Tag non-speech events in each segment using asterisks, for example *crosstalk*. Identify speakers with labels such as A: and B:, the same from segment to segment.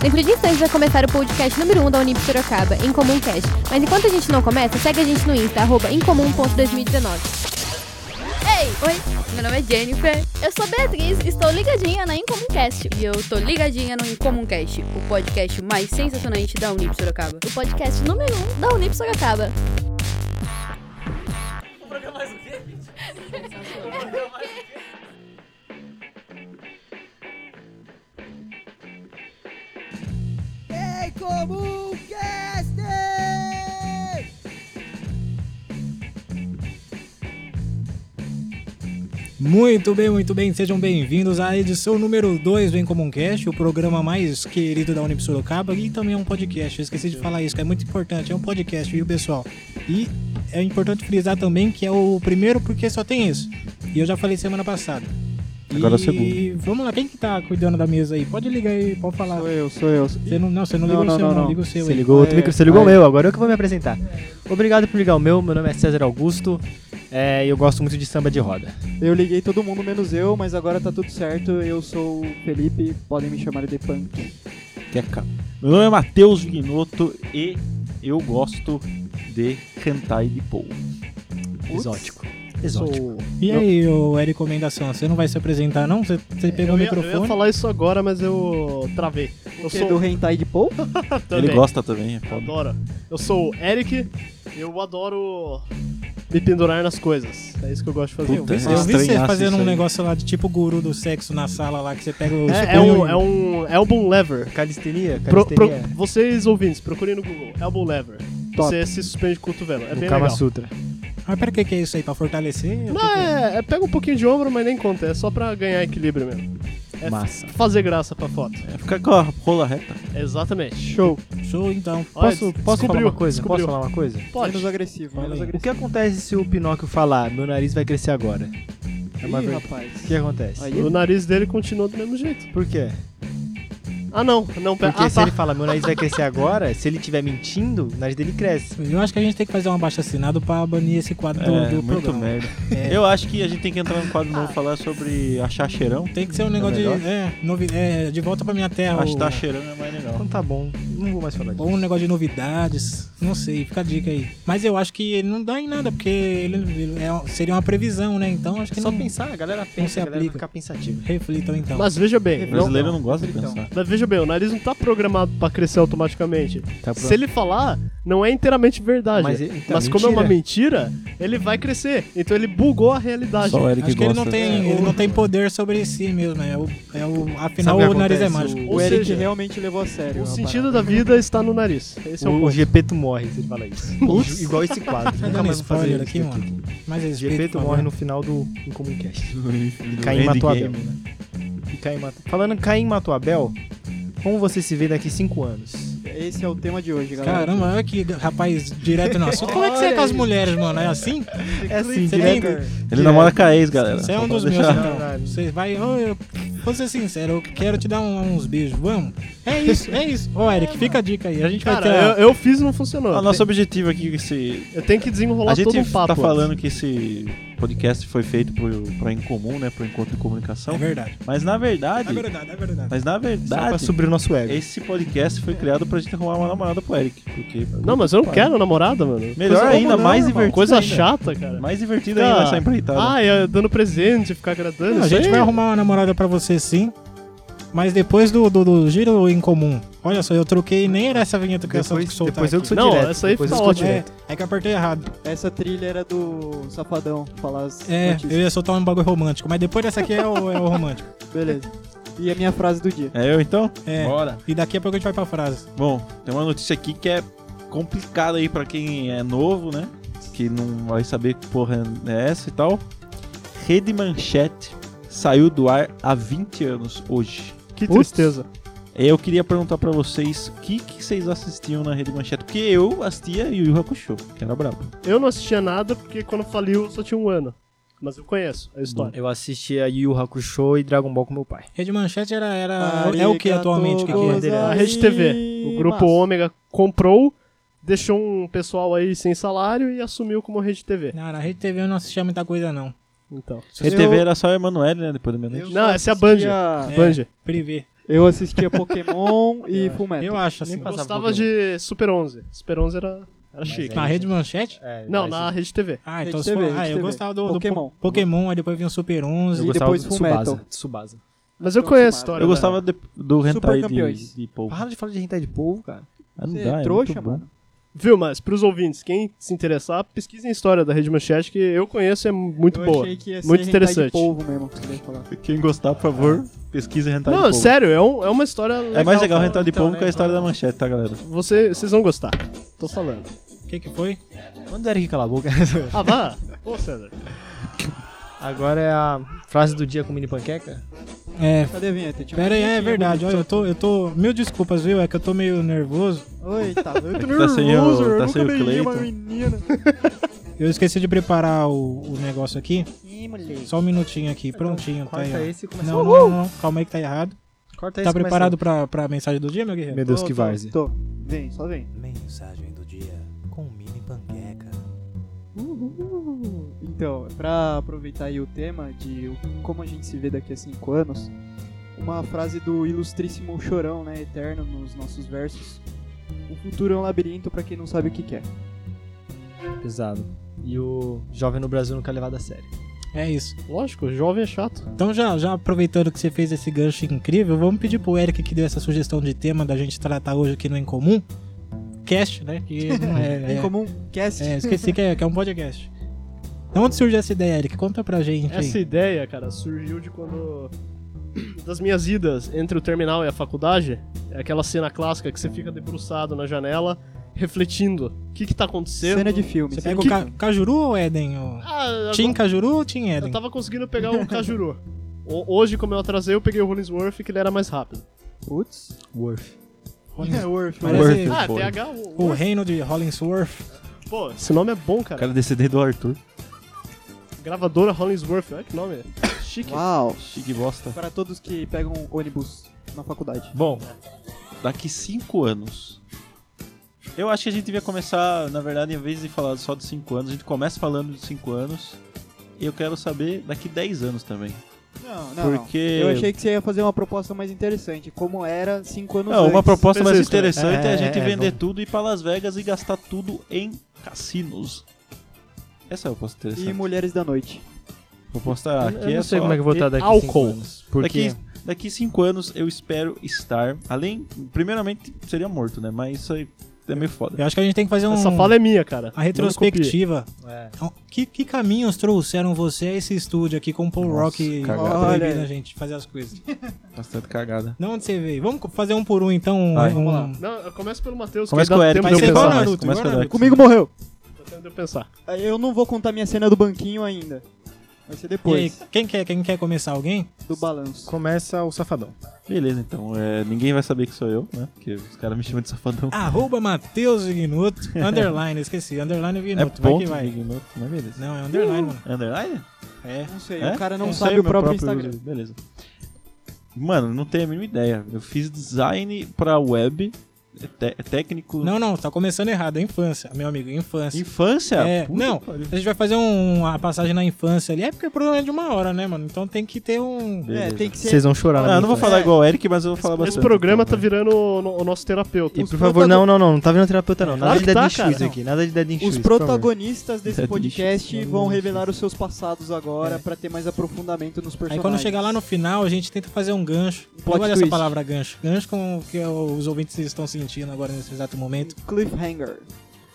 A: Dentro de instantes vai começar o podcast número 1 um da Unip Sorocaba, Incomum Cash. Mas enquanto a gente não começa, segue a gente no Insta, arroba incomum.2019.
B: Ei, oi, meu nome é Jennifer. Eu sou Beatriz, estou ligadinha na Incomuncast,
C: E eu tô ligadinha no Incomuncast, o podcast mais sensacionante da Unip Sorocaba.
B: o podcast número 1 um da Unip Sorocaba.
D: Em Comum Cast! Muito bem, muito bem, sejam bem-vindos à edição número 2 do Incomuncast, o programa mais querido da Unip Sorocaba e também é um podcast. Eu esqueci de falar isso, que é muito importante, é um podcast, viu, pessoal? E é importante frisar também que é o primeiro porque só tem isso. E eu já falei semana passada.
E: Agora é
D: e
E: o segundo.
D: vamos lá, quem que tá cuidando da mesa aí? Pode ligar aí, pode falar.
F: Sou eu, sou eu.
D: Você não, não, você não ligou o seu, não, liga o seu
F: Você
D: aí.
F: ligou outro
D: É,
F: micro, você ligou o
D: aí.
F: meu, agora eu que vou me apresentar. Obrigado por ligar o meu, meu nome é César Augusto é, e eu gosto muito de samba de roda.
G: Eu liguei todo mundo menos eu, mas agora tá tudo certo. Eu sou o Felipe, podem me chamar de Punk.
E: Queca. Meu nome é Matheus Vignoto e eu gosto de cantar e de pôr.
F: Exótico. Exótico.
G: Sou...
D: E aí, ô, Eric Comendação, você não vai se apresentar, não? Você, você pegou o
H: eu, ia, eu ia
D: microfone?
H: falar isso agora, mas eu travei. Eu
G: Que é do
H: sou
G: Hentai de Paul?
H: também.
E: Ele gosta também, é foda.
H: Adora. Eu sou o Eric. Eu adoro me pendurar nas coisas. É isso que eu gosto de fazer.
E: Puta,
H: Eu-
E: isso
D: eu vi você
E: Estranhaço
D: fazendo um
E: isso aí.
D: negócio lá de tipo guru do sexo na sala lá, que você pega o...
H: é,
D: você
H: é
D: põe
H: um,
D: o-
H: é um elbow lever.
F: Calistenia,
H: Pro- pro-
F: calistenia.
H: vocês ouvintes, procurem no Google. Elbow lever.
G: Top.
H: Você se suspende o cotovelo. É
F: no
H: bem
F: Kama
H: legal.
F: Sutra.
D: Ah, pera, o que que é isso aí? Pra fortalecer? O que
H: Não,
D: que é?
H: é, é- pega um pouquinho de ombro, mas nem conta. É só pra ganhar equilíbrio mesmo. É
F: Massa.
H: fazer graça pra foto.
E: É ficar com a rola reta.
H: Exatamente.
G: Show.
D: Show, então.
H: Olha,
F: Posso, posso falar
H: descobriu,
F: uma coisa?
H: descobriu.
F: Posso falar uma coisa?
H: Pode.
G: Menos agressivo,
D: Fala
G: menos
D: aí.
F: O
G: agressivo.
F: que acontece se o Pinóquio falar, meu nariz vai crescer agora? É uma
G: Ih,
F: verdade.
G: rapaz.
F: O que acontece?
G: Aí
H: O nariz dele continua do mesmo jeito.
F: Por quê?
H: Ah, não. Não, pera.
F: Porque
H: Ah,
F: se
H: tá.
F: ele fala, meu nariz vai crescer agora, se ele estiver mentindo, o nariz dele cresce.
D: Eu acho que a gente tem que fazer um abaixo-assinado pra banir esse quadro do-
E: É,
D: do,
E: muito
D: programa.
E: merda.
D: É.
E: Eu acho que a gente tem que entrar num quadro novo e falar sobre achar cheirão.
D: Tem que ser um negócio
E: melhor?
D: de... É, novi- é, de volta pra minha terra.
E: Acho que tá
D: ou-
E: cheirando é mais legal.
F: Então tá bom, não vou mais falar disso.
D: Ou um negócio de novidades, não sei, fica a dica aí. Mas eu acho que ele não dá em nada, porque ele, ele é- seria uma previsão, né? Então acho que
F: É só
D: não.
F: pensar, a galera
D: se
F: pensa, a galera
D: aplica.
F: fica pensativa.
D: Reflitam então.
H: Mas veja bem,
E: O brasileiro
G: Não,
E: não gosta de
G: então.
E: pensar.
H: mas veja bem, o nariz não tá programado pra crescer automaticamente.
F: Tá
H: Se ele falar, não é inteiramente verdade.
F: Mas
H: Mas,
F: e- então,
H: como é uma
F: mentira.
H: mentira, ele vai crescer. Então ele bugou a realidade.
E: Só o Eric
D: Acho que ele não
E: gosta.
D: tem,
E: É.
D: ele não tem poder sobre si mesmo, é o, é o afinal
F: Sabe o
D: o
F: que
D: nariz é
F: acontece?
D: mágico.
G: O
H: Ou
G: Eric
H: seja,
G: realmente levou a sério.
H: O
G: a
H: sentido da vida está no nariz. Esse é o
F: o, o
H: ponto.
F: Gepeto morre se ele falar *laughs* isso.
H: Putz.
F: Igual esse
D: Tá
F: quadro. Nunca
D: dando
F: mais vou fazer
D: spoiler
F: isso
D: aqui, mano. Mais
F: O
D: respeito.
F: Gepeto
D: por favor.
F: morre é no final do Incomuncast.
E: Do
F: Caim matou Abel.
E: Endgame, né?
F: E Caim matou. Falando em Caim matou Abel, como você se vê daqui 5 anos?
G: parada. Esse é o tema de hoje, galera.
D: Caramba, olha que rapaz direto no assunto. Como é que você é com as mulheres, mano? É assim?
F: É assim,
D: Você
F: direto.
D: tem-
E: Ele namora com a ex, galera.
D: Você é
E: Só
D: um
E: pra
D: dos meus,
E: deixar-
D: então. Você vai. Ô, eu, vou ser sincero, eu quero te dar um- uns beijos. Vamos? É isso, é isso. Ô, Eric, fica a dica aí. A gente vai
H: Cara,
D: ter. a-
H: eu, eu fiz e não funcionou.
E: Ah, nosso objetivo aqui, que esse
H: Eu tenho que desenrolar
E: a gente
H: todo um papo.
E: tá falando que esse podcast foi feito pro, pra Incomum, né? Pro Encontro de Comunicação.
D: É verdade.
E: mas na verdade,
D: É verdade, é verdade.
E: mas na
F: Só pra
E: verdade,
F: subir o nosso ego.
E: esse podcast foi criado pra gente arrumar uma namorada pro Eric. Porque
H: Não, mas eu não quero namorada, mano.
E: Melhor ainda, mais
H: irmão.
E: divertido
H: Coisa
E: ainda.
H: chata, cara.
E: mais divertido ainda essa empreitada.
H: Ah, é, dando presente, ficar agradando.
D: Não, a
H: isso
D: gente
H: aí-
D: vai arrumar uma namorada pra você sim. Mas depois do, do, do giro em comum. Olha só, eu troquei, nem era essa vinheta que eu sou-
F: Depois,
D: que soltar
F: depois eu que sou
H: Não,
F: direto.
H: essa aí
F: depois eu
H: tá
F: sou
H: ótima.
F: direto.
D: aqui. É, é que eu apertei errado.
G: Essa trilha era do Safadão, falar as
D: É, eu
G: notícias.
D: ia soltar um bagulho romântico, mas depois dessa aqui é o, é o romântico.
G: Beleza. E a minha frase do dia.
E: É eu então?
D: É.
E: Bora.
D: E daqui a pouco a gente vai pra frase.
E: Bom, tem uma notícia aqui que é complicada aí pra quem é novo, né? Que não vai saber que porra é essa e tal. Rede Manchete saiu do ar há 20 anos hoje.
H: Que
E: Putz.
H: tristeza.
E: Eu queria perguntar pra vocês o que, que vocês assistiam na Rede Manchete, porque eu assistia Yu Yu Hakusho, que era brabo.
H: Eu não assistia nada porque quando faliu eu só tinha um ano. Mas eu conheço a história.
F: Eu assisti a Yu Yu Hakusho e Dragon Ball com meu pai.
D: Rede Manchete era. era é o que atualmente? Que que é?
H: A Rede TV. O grupo Ômega comprou, deixou um pessoal aí sem salário e assumiu como Rede TV.
D: Não, na Rede TV eu não assistia muita coisa, não.
H: Então.
E: Rede TV era só a Emanuele, né? Depois da minha noite.
H: Não, essa é a Band.
G: Assistia-
D: É.
H: Band.
D: Privê.
G: Eu assistia Pokémon e Fullmetal.
D: Eu acho assim.
F: Nem passava
H: Gostava
F: Pokémon.
H: de Super 11. Super 11 era, era chique.
D: Na rede manchete?
F: É,
H: Não,
F: mas-
H: na Rede TV.
D: Ah,
G: Rede
D: então
G: TV,
D: você falou- ah,
G: Rede
D: eu
G: TV.
D: gostava do, do
G: Pokémon.
D: Po- Pokémon, aí depois vinha o Super 11.
F: Eu
G: e
F: gostava
G: depois
F: do
G: Fullmetal.
F: Tsubasa. Tsubasa.
H: Mas eu
G: Então,
H: conheço a
G: Tsubasa.
H: história.
E: Eu gostava de- do hentai
G: campeões.
E: de, de povo.
F: Para de falar de hentai de povo, cara.
E: Ah, não
G: Você
E: dá,
G: é
E: muito
G: trouxa,
E: bom.
G: mano.
H: Viu, mas pros ouvintes, quem se interessar, pesquisem a história da Rede Manchete, que eu conheço e é muito
G: eu
H: boa.
G: achei que ia ser
H: muito
G: hentai
H: interessante.
G: De polvo mesmo, que você ia falar.
E: Quem gostar, por favor, pesquisa hentai tá de
H: Não,
E: povo.
H: sério, é, um- é uma história legal.
E: É mais legal o
H: cara.
E: hentai de povo que a história da manchete, tá, galera?
H: Você, vocês vão gostar. Tô falando.
D: O que que foi?
F: Quando era que cala a boca? *laughs*
H: Ah, vá. Ô, César.
F: Agora é a frase do dia com mini panqueca.
D: É,
G: Cadê a vinheta? Tinha uma
D: pera aí, é
G: vinhetinha
D: verdade. Olha,
G: bonita.
D: eu tô, eu tô... Mil desculpas, viu? É que eu tô meio nervoso.
G: Oi, tá.
D: É
G: Eu tô
E: Tá sem o-
G: nervoso, eu
E: tá
G: nunca
E: sem o
G: beijei uma
E: Cleiton.
G: menina.
D: Eu esqueci de preparar o, o negócio aqui.
G: Ih, moleque.
D: Só um minutinho aqui, prontinho. Tá aí,
F: Corta
D: ó.
F: esse e começa.
D: Não, não, não, não, calma aí que tá errado.
F: Corta esse
D: Tá
F: e começa.
D: preparado pra, pra mensagem do dia, meu guerreiro?
F: Meu Deus, que
G: Tô,
F: várzea.
G: Tô. Vem, só vem.
I: Mensagem do dia com um mini panqueca.
G: Então, pra aproveitar aí o tema de o- como a gente se vê daqui a cinco anos, uma frase do ilustríssimo Chorão, né, eterno nos nossos versos. O futuro é um labirinto pra quem não sabe o que é. quer.
F: Pesado. E o jovem no Brasil nunca é levado a sério.
D: É isso.
H: Lógico, jovem é chato.
D: Então, já, já aproveitando que você fez esse gancho incrível, vamos pedir pro Eric que deu essa sugestão de tema da gente tratar hoje aqui no Em Comum. Cast, né? Que não é,
G: *laughs* Em
D: é,
G: comum, um cast.
D: É, esqueci que é, que é um podcast. Da onde surgiu essa ideia, Eric? Conta pra gente.
H: Essa
D: aí.
H: ideia, cara, surgiu de quando. Das minhas idas entre o terminal e a faculdade, é aquela cena clássica que você fica debruçado na janela, refletindo o que, que tá acontecendo.
G: Cena de filme.
D: Você
G: cena
D: pega o
G: de
D: Ca-
G: filme.
D: Cajuru ou Eden? Ou...
H: Ah, agora-
D: Tim Cajuru ou Tim
H: Eu
D: Eden?
H: tava conseguindo pegar o Cajuru. O- Hoje, como eu atrasei, eu peguei o Hollingsworth, que ele era mais rápido.
G: Putz.
F: Worth.
G: É, Worf.
D: Parece
H: Ah,
E: Foi.
H: TH.
D: o
H: o-
D: reino de Hollingsworth.
H: Pô, esse nome é bom,
E: O
H: cara.
E: cara descendente do Arthur.
H: Gravadora Hollingsworth, olha que nome. Chique.
G: Uau.
E: Chique bosta.
G: Para todos que pegam ônibus na faculdade.
E: Bom, daqui cinco anos. Eu acho que a gente devia começar, na verdade, em vez de falar só de cinco anos, a gente começa falando de cinco anos. E eu quero saber daqui 10 anos também.
G: Não, não.
E: Porque-
G: não. Eu achei que você ia fazer uma proposta mais interessante, como era cinco anos
E: Não,
G: antes.
E: uma proposta mais
H: Pensa isso, cara.
E: interessante é,
F: É,
E: a gente
F: é,
E: vender
F: vamos.
E: tudo e ir pra Las Vegas e gastar tudo em cassinos. Essa é a proposta interessante.
G: E Mulheres da Noite.
E: Proposta aqui
F: eu não
E: é
F: sei
E: só
F: como é que eu vou estar daqui
H: álcool.
F: cinco anos. Porque
E: Daqui, daqui cinco anos eu espero estar. Além, primeiramente seria morto, né? Mas isso aí é meio foda.
D: Eu acho que a gente tem que fazer um,
H: Essa fala é minha, cara.
D: a
H: Não me copie.
D: retrospectiva.
F: É.
D: Então, Que, que caminhos trouxeram você a esse estúdio aqui com o Paul
E: Nossa,
D: Rock
E: cagada.
D: proibindo
G: Olha.
D: a gente de fazer as coisas?
E: Bastante cagada.
D: Não, onde você veio? Vamos co- fazer um por um então. um-
E: Vai.
D: um-
H: Não, eu começo pelo
E: Hum.
H: Matheus.
E: Começa
H: que
E: com o
H: dá
E: Eric.
H: tempo
D: Mas
H: de
E: Começa
F: é
D: você
H: eu
D: fala,
E: com o
H: pensar.
D: fala, Naruto,
E: Eric. Começa com
D: agora,
E: o Eric.
G: Comigo morreu.
H: Dá tempo de eu pensar.
G: Eu não vou contar minha cena do banquinho ainda. Vai ser
D: E aí,
G: depois
D: quem quer, quem quer começar? Alguém?
G: do balanço.
F: começa o safadão.
E: Beleza, então. é, ninguém vai saber que sou eu, né? Porque os caras me chamam de safadão.
D: Arroba Matheus Ignuto. underline, esqueci. Underline
E: é
D: Ignuto. vai que
E: ponto,
D: vai.
E: Ignoto, mas beleza.
D: Não, é underline, mano.
E: Underline?
D: É.
G: Não sei,
E: É?
G: o cara não
E: Eu
G: sabe
E: sei
G: o próprio,
E: meu
G: Instagram.
E: Beleza. Mano, não tenho a mínima ideia. Eu fiz design pra web, é te- técnico...
D: Não, não, tá começando errado. É infância, meu amigo, infância.
E: Infância?
D: É,
E: Puta
D: não,
E: que pariu.
D: a gente vai fazer um- uma passagem na infância ali. É porque o programa é de uma hora, né, mano? Então tem que ter um.
G: É,
E: Beleza.
G: tem que ser.
F: Vocês vão chorar.
E: Ah, eu não vou falar
G: É.
E: igual o Eric, mas eu vou falar bastante.
H: Esse programa tá
E: então, né?
H: virando o, no- o nosso terapeuta.
F: E por favor, não, não, não. Não tá virando terapeuta, não.
H: Claro
F: Nada de Dead
H: que tá,
F: Shoes
H: cara.
F: aqui. Nada de Dead
G: Os
F: Shoes. por favor.
G: protagonistas desse
E: Dead
G: podcast
E: Shoes.
G: vão revelar os seus passados agora pra ter mais aprofundamento nos personagens.
D: Aí quando chegar lá no final, a gente tenta fazer um gancho. Eu
G: Plot
D: gosto dessa
G: twist.
D: palavra gancho. Gancho com o que os ouvintes estão sentindo agora nesse exato momento.
G: Cliffhanger.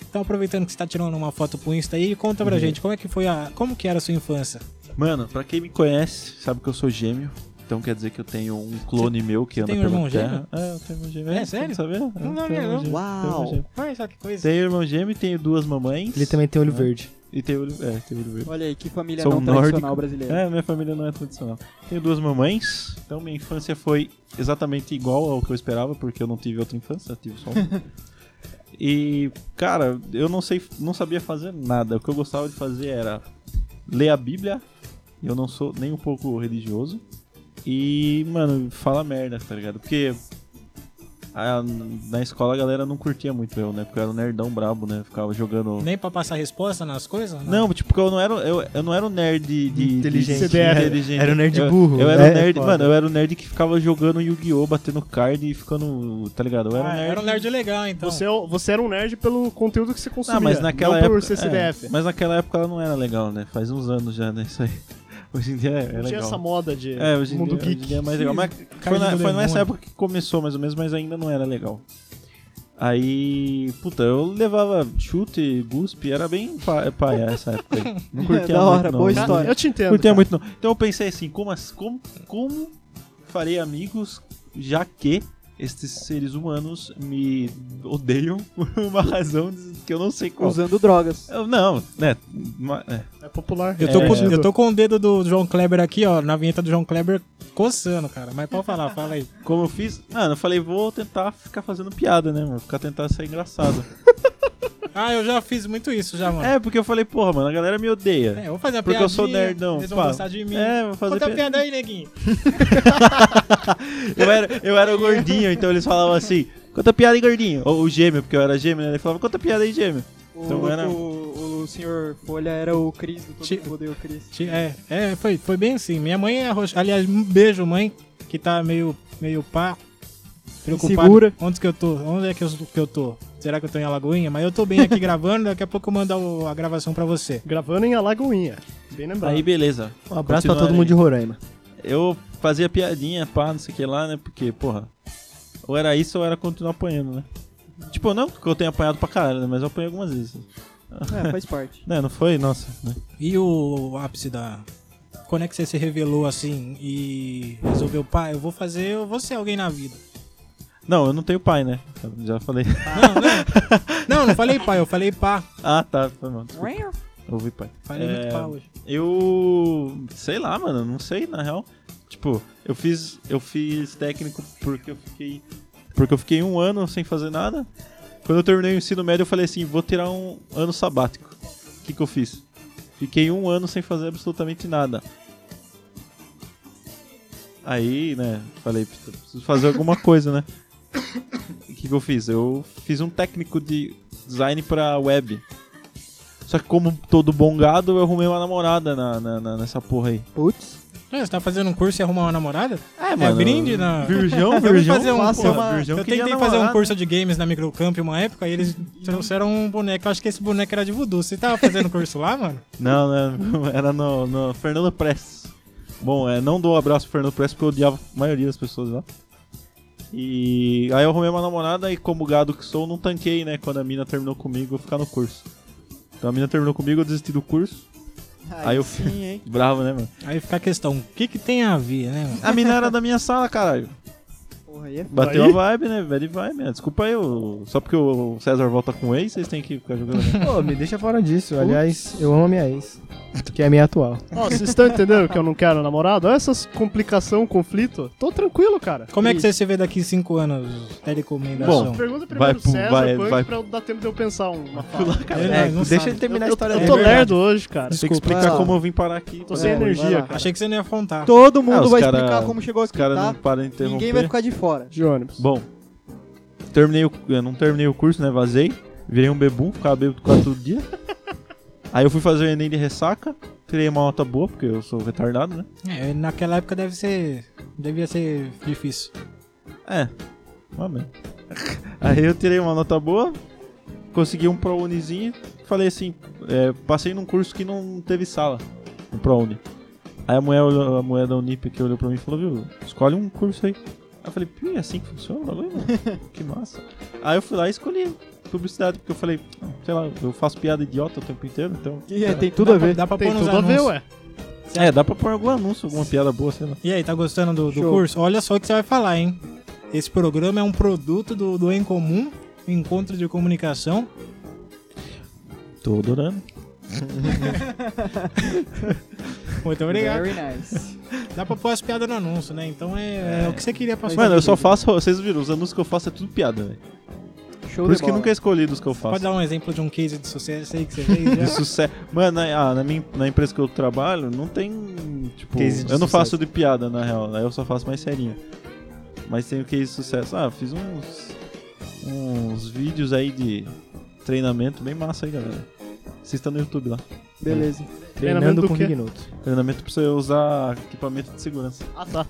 D: Então aproveitando que você tá tirando uma foto pro Insta aí, conta pra gente como é que foi a. Como que era a sua infância?
E: Mano, pra quem me conhece, sabe que eu sou gêmeo. Então quer dizer que eu tenho um clone meu que anda
D: tem um
E: pela
D: irmão
E: terra. É, eu tenho um irmão gêmeo.
D: É,
E: você
D: sério?
E: Não sabia? Eu tenho um
D: sabia,
E: irmão
D: não.
E: gêmeo, tenho um irmão
G: Uau.
E: gêmeo.
D: Olha só que coisa.
E: Tenho um irmão gêmeo e tenho duas mamães.
F: Ele também tem olho verde.
E: E tenho olho... É, tenho olho verde.
G: Olha aí, que família
E: Sou
G: não
E: um
G: tradicional
E: nórdico.
G: brasileira.
E: É, minha família não é tradicional. Tenho duas mamães, então minha infância foi exatamente igual ao que eu esperava, porque eu não tive outra infância, eu tive só uma. e, cara, eu não sei, não sabia fazer nada. O que eu gostava de fazer era ler a Bíblia, e eu não sou nem um pouco religioso, e, mano, fala merda, tá ligado? Porque a- na escola a galera não curtia muito eu, né? Porque eu era um nerdão brabo, né? Ficava jogando.
D: Nem pra passar resposta nas coisas?
E: Não, tipo, porque eu não era, eu, eu não era um nerd de, de- né,
F: Inteligente.
E: de- de-
H: Era-
E: inteligente.
F: era um nerd
E: Eu-
F: burro,
E: Eu, era um
F: né?
E: nerd,
F: Foda.
E: mano, eu era um nerd que ficava jogando Yu-Gi-Oh, batendo card e ficando, tá ligado? Eu era um
D: Ah,
E: nerd.
D: era um nerd legal, então.
H: Você, é o- você era um nerd pelo conteúdo que você consumia,
E: Ah, mas naquela
H: não
E: época,
H: por ser CDF.
E: é, mas naquela época ela não era legal, né? Faz uns anos já, né? Isso aí. *laughs* Hoje em dia é, é
H: não
E: legal.
H: tinha essa moda de
E: É, hoje em dia,
H: mundo geek.
E: hoje em dia é mais legal. Mas foi,
D: Carne
E: na-
D: do
E: foi nessa
D: demônio.
E: época que começou, mais ou menos, mas ainda não era legal. Aí, puta, eu levava chute, guspe, era bem pa- paia essa época.
F: *laughs*
E: aí. Não curtia
G: da
E: muito,
G: hora,
E: não.
G: boa
E: Não
G: história.
H: Eu te entendo.
E: curtia
H: cara.
E: muito, não. Então eu pensei assim, como, as- como, como farei amigos, já que estes seres humanos me odeiam *laughs* por uma razão que eu não sei qual.
G: Usando drogas.
E: Eu, não, né? ma- é.
H: É popular.
D: Eu tô,
E: É.
D: com, eu tô com o dedo do João Kleber aqui, ó, na vinheta do João Kleber coçando, cara. Mas pode falar, fala aí.
E: Como eu fiz? Mano, eu falei, vou tentar ficar fazendo piada, né, mano? Ficar tentando ser engraçado.
D: Ah, eu já fiz muito isso já, mano.
E: É, porque eu falei, porra, mano, a galera me
D: É,
E: odeia.
D: eu vou fazer uma
E: Porque eu
D: piadinha.
E: sou nerdão,
D: Eles vão
E: pá.
D: gostar de mim.
E: É, vou fazer
D: Conta a
E: pi-
D: piada aí, neguinho.
E: Eu era, eu era o gordinho, então eles falavam assim, conta piada aí, gordinho. Ou o gêmeo, porque eu era gêmeo, né? Ele falava, conta piada aí, gêmeo.
G: O,
E: Então era-
G: o, o senhor Folha era o Cris, do Todo
D: Ti-
G: Mundo Odeia o Cris.
D: Ti- É, é foi, foi bem assim. Minha mãe é roxa. Aliás, um beijo, mãe, que tá meio, meio pá. Preocupada.
G: Insegura.
D: Onde que eu tô? Onde é que eu, que eu tô? Será que eu tô em Alagoinha? Mas eu tô bem aqui gravando, daqui a pouco eu mando o- a gravação pra você.
H: Gravando em Alagoinha. Bem lembrado.
E: Aí, *laughs* beleza.
F: Um abraço pra
E: Continuar
F: todo mundo
E: aí.
F: de Roraima.
E: Eu fazia piadinha, pá, não sei o que lá, né? Porque, porra, ou era isso ou era continuar apanhando, né? Tipo, não que eu tenha apanhado pra caralho, né? Mas eu apanhei algumas vezes.
G: É, faz parte.
E: Né, não foi? Nossa, né?
D: E o ápice da. Quando é que você se revelou assim e resolveu, pá, eu vou fazer, eu vou ser alguém na vida?
E: Não, eu não tenho pai, né? Já falei. *laughs*
D: Não, não falei pá, eu falei pá.
E: Ah, tá, foi mal. desculpa. Ouvi pai.
D: Falei
E: É,
D: muito pá hoje.
E: Eu. Sei lá, mano, não sei, na real. Tipo, eu fiz. Eu fiz técnico porque eu fiquei. Porque eu fiquei um ano sem fazer nada. Quando eu terminei o ensino médio, eu falei assim, vou tirar um ano sabático. O que, que eu fiz? Fiquei um ano sem fazer absolutamente nada. Aí, né, falei, "Puta, preciso fazer alguma coisa, né? *coughs* O que, que eu fiz? Eu fiz um técnico de design pra web. Só que como todo bom gado, eu arrumei uma namorada na, na- na- nessa porra aí.
G: Putz.
D: Ah, você tá fazendo um curso e arrumar uma namorada?
E: É,
D: brinde na-
E: Virgão,
D: Eu,
E: virgão.
D: fazer um,
E: porra,
D: curso-
E: virgão
D: eu
E: queria né?
D: tentei fazer um
E: namorada.
D: curso de games na Microcamp uma época e eles trouxeram um boneco. Eu acho que esse boneco era de voodoo. Você tava fazendo *laughs* curso lá, mano?
E: Não, não, era no, no Fernando Press. Bom, é, não dou abraço pro Fernando Press porque eu odiava a maioria das pessoas lá. E aí eu arrumei uma namorada e como gado que sou, não tanquei, né? Quando a mina terminou comigo, eu ficar no curso. Então a mina terminou comigo, eu desisti do curso. Aí, eu fui.
G: Sim, hein?
E: Bravo, né, mano?
D: Aí fica a questão, o que que tem a ver, né, mano?
E: A mina era da minha sala, caralho.
G: Porra, aí é
E: Bateu
H: Aí?
E: a vibe, né? Bad vibe, né? Desculpa aí, o- só porque o César volta com o ex, vocês têm que ficar jogando. né?
F: Pô, me deixa fora disso. Aliás, eu amo a minha ex, que é a minha atual.
H: Ó, vocês estão entendendo que eu não quero namorado? Olha essas complicação, conflito. Tô tranquilo, cara.
D: Como é que você se vê daqui cinco anos? Telecomendação.
E: Bom,
H: Pergunta
E: Vai
H: primeiro
E: pro-
H: César
E: vai-
H: Punk
E: vai-
H: pra eu dar tempo de eu pensar uma fala.
E: Pula, cara.
D: Ele
F: É,
D: não
F: deixa
D: sabe.
F: ele terminar
H: Eu,
F: a história
H: eu
F: dele.
H: tô
D: verdade.
H: lerdo hoje, cara.
E: Tem que
G: vai
E: explicar
G: lá.
E: como eu vim parar aqui.
H: Tô
E: pô.
H: sem
G: É, vai
H: energia,
G: lá.
H: cara.
D: Achei que você não ia afrontar.
G: Todo
E: Ah,
G: mundo
E: os
G: vai
E: cara-
G: explicar como chegou
E: Os caras não um
G: hospital.
E: param de interromper.
G: Tá. Ninguém vai ficar de fora.
H: De ônibus.
E: Bom, terminei o, eu não terminei o curso, né? Vazei. Virei um bebum, ficava bêbado quase todo dia. Aí eu fui fazer o Enem de ressaca. Tirei uma nota boa, porque eu sou retardado, né?
D: É, naquela época deve ser. Devia ser difícil.
E: É. Uma merda. Aí eu tirei uma nota boa, consegui um ProUnizinho. Falei assim, é, passei num curso que não teve sala no ProUni. Aí a mulher, olhou- a mulher da Unip que olhou pra mim e falou, viu, escolhe um curso aí. Aí eu falei, pô, é assim que funciona o *laughs* bagulho, mano? Que massa. Aí eu fui lá e escolhi publicidade, porque eu falei, "Ah, sei lá, eu faço piada idiota o tempo inteiro, então...
G: E é, tem tudo a ver.
D: Dá pra
H: Tem
D: pôr nos
H: tudo a ver,
D: anúncios.
H: ué.
E: É, dá pra pôr algum anúncio, alguma piada boa, sei lá.
D: E aí, tá gostando do, do
G: Show.
D: curso? Olha só o que você vai falar, hein? Esse programa é um produto do, do Em Comum, um Encontro de Comunicação.
E: Tô adorando.
D: Muito obrigado.
G: Very nice.
D: Dá pra pôr as piadas no anúncio, né? Então é, é o que você queria passar.
E: Mano, eu só faço, vocês viram, os anúncios que eu faço é tudo piada, velho.
G: Show
E: Por
G: de
E: isso que
G: bola.
E: nunca escolhi dos que eu faço.
D: Pode dar um exemplo de um case de sucesso aí que você fez?
E: de *laughs*
F: É.
D: já?
E: sucesso. Mano, na, ah, na, minha, na empresa que eu trabalho, não tem. Tipo,
F: Case de
E: eu não
F: sucesso.
E: faço de piada, na real. Aí eu só faço mais serinha. Mas tem o que de sucesso. Ah, fiz uns. uns vídeos aí de treinamento bem massa aí, galera. Vocês estão no YouTube lá.
G: Beleza.
H: Treinamento
F: Treinando
H: do
F: com
H: quê?
F: Vignoto.
E: Treinamento pra você usar equipamento de segurança.
H: Ah, tá.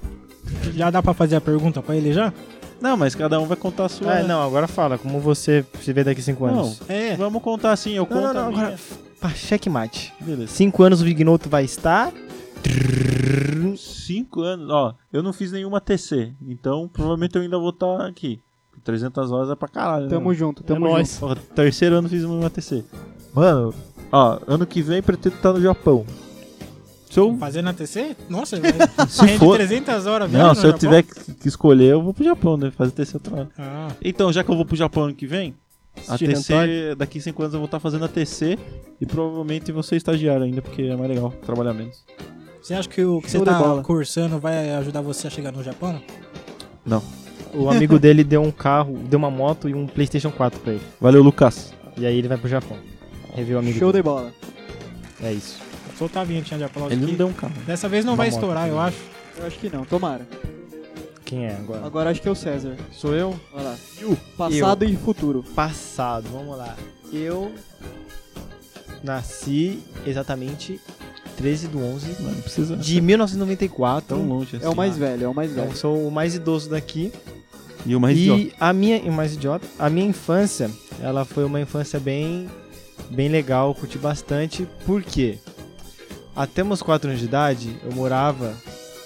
D: Já dá pra fazer a pergunta pra ele já?
E: Não, mas cada um vai contar a sua.
F: É, não, agora fala, como você se vê daqui 5
E: Não,
F: anos?
D: É.
E: Vamos contar assim, eu conto.
F: né? não, não,
E: a minha.
F: agora. Pá, Checkmate.
E: Beleza.
F: 5 anos o Vignoto vai estar.
E: Cinco anos, ó, eu não fiz nenhuma TC, então provavelmente eu ainda vou estar aqui. 300 horas é pra caralho.
G: Tamo
E: né?
G: junto,
H: É
G: tamo junto.
H: nóis.
E: Porra, terceiro ano fiz uma TC. Mano, ó, ano que vem pretendo estar no Japão. Se eu,
D: Fazendo a TC?
E: *laughs*
D: Nossa,
E: se
D: rende
E: for,
D: 300 horas, velho.
E: não, se eu tiver que que escolher, eu vou pro Japão, né? Fazer TC outro ano.
D: Ah,
E: Então, já que eu vou pro Japão ano que vem, a
H: Assistir hentai.
E: TC, daqui 5 anos eu vou estar fazendo a TC e provavelmente vou ser estagiário ainda, porque é mais legal trabalhar menos.
D: você acha que o que você
G: Show de
D: tá
G: bola.
D: cursando vai ajudar você a chegar no Japão?
F: O *laughs* amigo dele deu um carro, deu uma moto e um PlayStation 4 pra ele.
E: Valeu, Lucas.
F: E aí ele vai pro Japão. Reviu o amigo
G: Show de bola.
F: dele. É isso.
D: Soltar a vinhetinha de aplauso
E: Ele não
D: aqui.
E: deu um carro.
D: Dessa vez não
F: Uma
D: vai
F: moto.
E: né?
D: estourar, eu acho.
G: Eu acho que não, tomara.
F: Quem é agora?
G: Agora acho que é o César.
F: Sou eu?
G: Vai lá. Passado e futuro.
F: Passado, vamos lá. Eu nasci exatamente 13 do 11
E: Mano, não precisa
F: de 1994.
E: tão longe assim.
G: É o mais velho, é o mais
F: Então
G: velho.
F: sou o mais idoso daqui.
E: E o mais
F: e
E: idiota.
F: a minha, e o mais idiota, a minha infância, ela foi uma infância bem bem legal, eu curti bastante. Por quê? Até meus 4 anos de idade, eu morava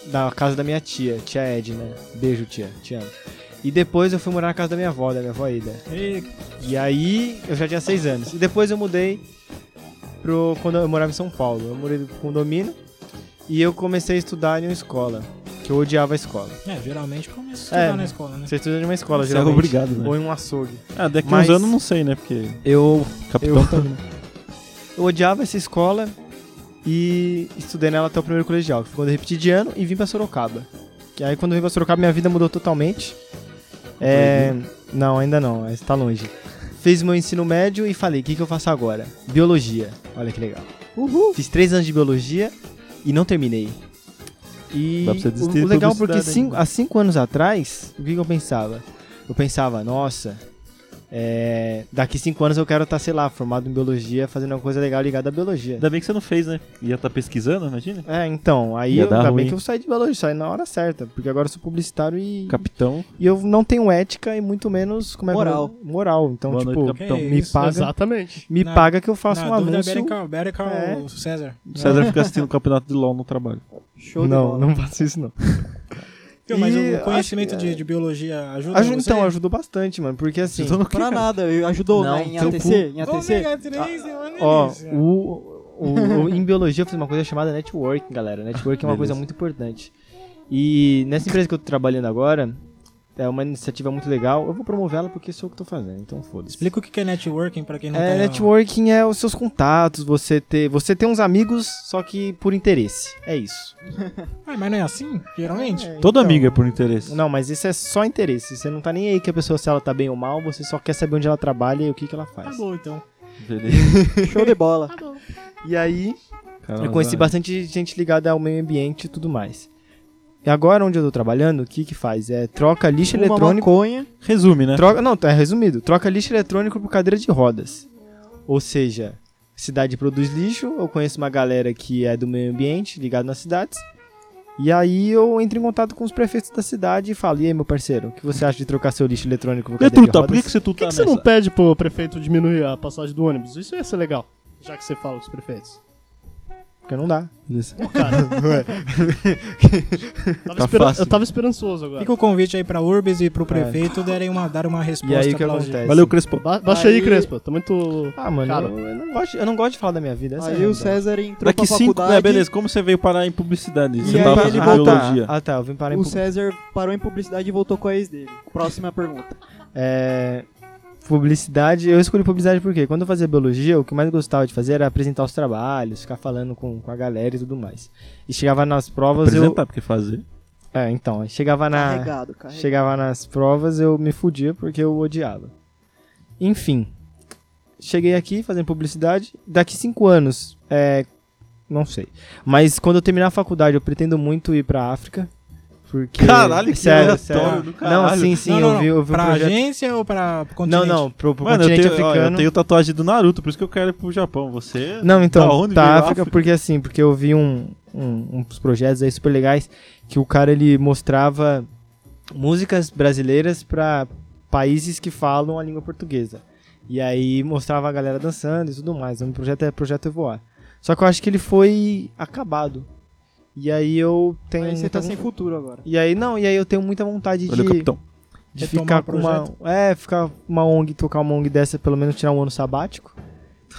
F: na casa da minha tia, tia Edna. Beijo, tia, te amo. E depois eu fui morar na casa da minha avó, da minha avó Ida.
D: E
F: E aí eu já tinha seis anos. E depois eu mudei pro. Quando eu morava em São Paulo. Eu morei no condomínio e eu comecei a estudar em uma escola. Que eu odiava a escola.
D: É, geralmente começa a estudar
F: É.
D: na escola, né?
F: Você estuda em uma escola,
E: Você é
F: geralmente.
E: obrigado, né?
F: Ou em um açougue.
E: Ah, daqui
F: Mas-
E: uns anos não sei, né? Porque
F: Eu,
E: capitão
F: Eu-
E: tá vindo.
F: *laughs* eu odiava essa escola e estudei nela até o primeiro colegial. que foi Quando eu repeti de ano e vim pra Sorocaba. Que aí quando eu vim pra Sorocaba minha vida mudou totalmente. É. Não, ainda não, mas tá longe. Fiz meu ensino médio e falei, o que, que eu faço agora? Biologia. Olha que legal.
G: Uhul!
F: Fiz três anos de biologia e não terminei. E
E: Dá pra você
F: o-
E: desistir
F: o
E: de
F: legal
E: publicidade
F: porque cinco,
E: ainda.
F: há cinco anos atrás, o que, que eu pensava? Eu pensava, nossa, é, daqui cinco anos eu quero estar, sei lá, formado em biologia, fazendo alguma coisa legal ligada à biologia.
E: Ainda bem que você não fez, né? Ia tá pesquisando, imagina.
F: É, então, aí
E: Ia
F: eu,
E: dar
F: ainda
E: ruim.
F: bem que eu saí de biologia, saí na hora certa, porque agora eu sou publicitário e,
E: Capitão.
F: e eu não tenho ética e muito menos, como é que eu-
G: Moral.
F: moral. Então,
E: Boa
F: tipo,
E: noite, capitão.
D: que
F: me
D: isso.
F: paga,
H: Exatamente.
F: me
D: Na-
F: paga que eu faço
D: Na
F: um
D: dúvida,
F: anúncio.
D: better call- better call
F: É.
D: César.
E: O César fica assistindo o campeonato de LOL no trabalho.
G: Show de
F: não,
G: bola.
F: não faço isso não.
D: Viu, mas
F: E
D: o conhecimento de, de biologia ajuda
F: é. Ajuda,
D: você?
F: então, ajudou bastante, mano, porque assim...
E: Então, é?
G: Pra nada, eu- ajudou
F: Não,
G: né, em
F: teu cu.
G: ATC? Em ATC?
D: Ômega 3,
F: é Ó,
D: Ah, Ó,
F: o, o- o- em biologia eu fiz uma coisa chamada networking, galera. Networking é uma coisa
E: Beleza.
F: muito importante. E nessa empresa que eu tô trabalhando agora, é uma iniciativa muito legal. Eu vou promover ela porque sou eu que tô fazendo, então foda-se.
D: Explica o que que é networking pra quem não
F: É,
D: tá...
F: networking é os seus contatos, você ter, você ter uns amigos, só que por interesse. É isso.
D: Ah, mas não é assim, geralmente?
E: Todo
F: então.
E: amigo é por interesse.
F: Não, mas isso é só interesse. Você não tá nem aí que a pessoa se ela tá bem ou mal, você só quer saber onde ela trabalha e o que, que ela
D: Tá
F: faz.
D: bom, então.
E: Beleza.
G: Show de bola.
F: E aí,
E: Cara,
F: Eu conheci
E: azar.
F: bastante gente ligada ao meio ambiente e tudo mais. E agora onde eu tô trabalhando, o que que faz? É troca lixo
G: Uma
F: eletrônico.
G: maconha.
E: Resume, né?
F: Troca, não, é resumido. Troca lixo eletrônico por cadeira de rodas. Ou seja, cidade produz lixo, eu conheço uma galera que é do meio ambiente, ligado nas cidades. E aí eu entro em contato com os prefeitos da cidade e falo, e aí meu parceiro, o que você acha de trocar seu lixo eletrônico por
E: E
F: cadeira de
E: tu, tá? Por
F: rodas?
E: que, que você tu
H: Por que,
E: tá
H: que você não
E: nessa?
H: pede pro prefeito diminuir a passagem do ônibus? Isso ia ser legal, já que você fala dos prefeitos.
F: Porque não dá.
H: Tava
E: Tá
H: esperan-
E: fácil.
H: Eu tava esperançoso agora.
D: Fica o convite aí pra Urbis e pro prefeito darem uma, dar uma resposta
F: E aí o que
D: plausível.
F: acontece?
E: Valeu, Crespo.
H: Ba- baixa aí,
G: Aí-
H: Crespo.
F: *laughs*
H: Tá muito.
F: Ah, mano,
H: Cara.
F: eu, eu não gosto, eu não gosto de falar da minha vida. essa é a
G: Aí o
F: realidade.
G: César entrou
E: Daqui
G: pra
E: cinco...
G: faculdade.
E: É, beleza. Como você veio parar em publicidade?
G: E
E: Você
G: aí
E: tava
G: ele
E: fazendo
G: voltou.
E: biologia.
F: Tá. Ah, tá, eu vim parar em
G: O
F: pu-
G: César parou em publicidade e voltou com a ex dele. Próxima pergunta.
F: É, publicidade, eu escolhi publicidade porque quando eu fazia biologia, o que eu mais gostava de fazer era apresentar os trabalhos, ficar falando com, com a galera e tudo mais. E chegava nas provas,
E: Apresentar, porque fazer.
F: eu. É, então, chegava na.
G: Carregado, carregado.
F: Chegava nas provas, eu me fudia porque eu odiava. Enfim, cheguei aqui fazendo publicidade. Daqui cinco anos, é. Não sei. Mas quando eu terminar a faculdade, eu pretendo muito ir pra África. Porque...
E: Caralho, que
F: sério,
E: aleatório
F: sério.
E: do
F: Não,
E: caralho.
F: sim, sim,
D: não,
F: eu
D: não,
F: vi, eu vi o
D: pra
F: projeto.
D: agência ou pra
F: Não,
D: continente?
F: não, pro, pro
E: Mano, eu
F: continente
E: tenho, ó,
F: africano.
E: eu tenho tatuagem do Naruto, por isso que eu quero ir pro Japão. Você.
F: Não,
E: Da
F: então,
E: onde
F: tá
E: veio a
F: África,
E: África?
F: porque assim, porque eu vi um, um- uns projetos aí super legais que o cara ele mostrava músicas brasileiras pra países que falam a língua portuguesa. E aí mostrava a galera dançando e tudo mais. O projeto é projeto Evoar. Só que eu acho que ele foi acabado. E aí eu tenho.
G: Aí você
F: muita
G: tá
F: von-
G: sem futuro agora.
F: E aí não, e aí eu tenho muita vontade
E: Olha o
F: de
E: capitão.
F: de
D: Retomar
F: ficar
D: o
F: com uma. É, ficar uma ONG, tocar uma ONG dessa, pelo menos tirar um ano sabático.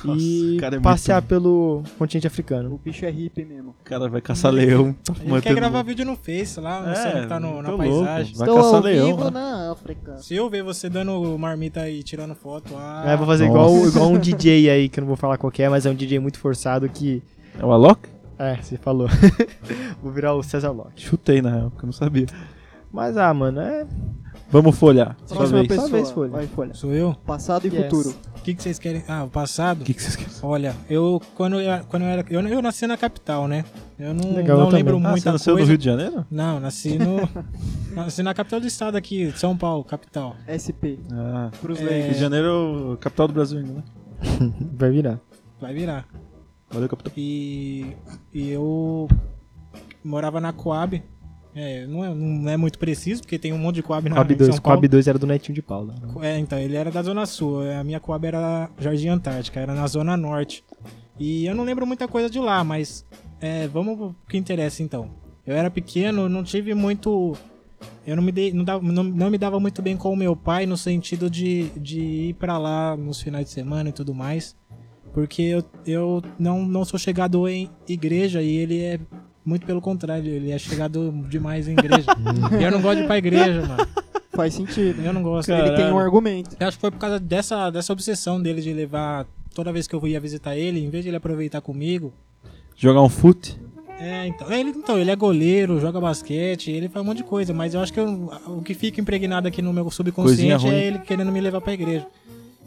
E: Nossa,
F: e
E: o cara é muito-
F: passear pelo continente africano.
G: O bicho é hippie mesmo.
E: O cara vai caçar leão. Tá
D: A gente quer gravar vídeo no Face lá,
F: É,
D: mostrando que tá no- na
E: tô
D: paisagem.
E: Louco. Vai caçar leão. né?
G: na África.
D: Se eu ver você dando marmita e tirando foto, ah,
F: Aí eu É, vou fazer igual,
E: nossa.
F: igual um DJ aí, que eu não vou falar qual que é, mas é um DJ muito forçado que.
E: É o Alok?
F: É, você falou. *laughs* vou virar o César Lott.
E: Chutei na real, que eu não sabia.
F: Mas ah, mano, é.
E: Vamos folhar. Sua
G: Próxima
E: vez.
G: pessoa.
F: Só vez, Folha.
G: Vai, Folha.
D: sou eu?
G: Passado e
F: Yes.
G: futuro.
D: O que, que vocês querem? Ah, o passado?
E: O que, que vocês querem?
D: Olha, eu quando eu, quando eu era. Eu, eu nasci na capital, né? Eu não,
F: Legal,
D: não
F: eu
D: lembro
F: também.
E: Ah,
D: muita
E: você nasceu
D: coisa.
E: no Rio de Janeiro?
D: Não, nasci
F: *laughs*
D: no. nasci na capital do estado aqui, São Paulo, capital.
G: SP.
E: Ah.
G: Pros
D: É.
G: leigos.
E: Rio de Janeiro, capital do Brasil ainda, né?
F: Vai virar.
D: Vai virar.
E: Valeu, capitão.
D: E, e eu morava na Coab. É, não, é, não é muito preciso, porque tem um monte de Coab na
F: Coab
D: em São
F: 2.
D: Paulo.
F: Coab 2 era do Netinho de Paula.
D: É, então, ele era da Zona Sul. é, A minha Coab era Jardim Antártica, era na Zona Norte. E eu não lembro muita coisa de lá, mas é, vamos pro que interessa então. Eu era pequeno, não tive muito. Eu não me, dei, não, dava, não, não me dava muito bem com o meu pai no sentido de, de ir pra lá nos finais de semana e tudo mais. Porque eu, eu não, não sou chegado em igreja e ele é muito pelo contrário, ele é chegado demais em igreja. e eu não gosto de ir pra igreja, mano.
G: Faz sentido.
D: Eu não gosto.
G: Ele tem um argumento.
D: Eu acho que foi por causa dessa, dessa obsessão dele de levar toda vez que eu ia visitar ele, em vez de ele aproveitar comigo.
E: Jogar um foot?
D: É, então, ele, então, ele é goleiro, joga basquete, ele faz um monte de coisa, mas eu acho que eu- o que fica impregnado aqui no meu
E: Coisinha
D: subconsciente
E: ruim.
D: é ele querendo me levar pra igreja.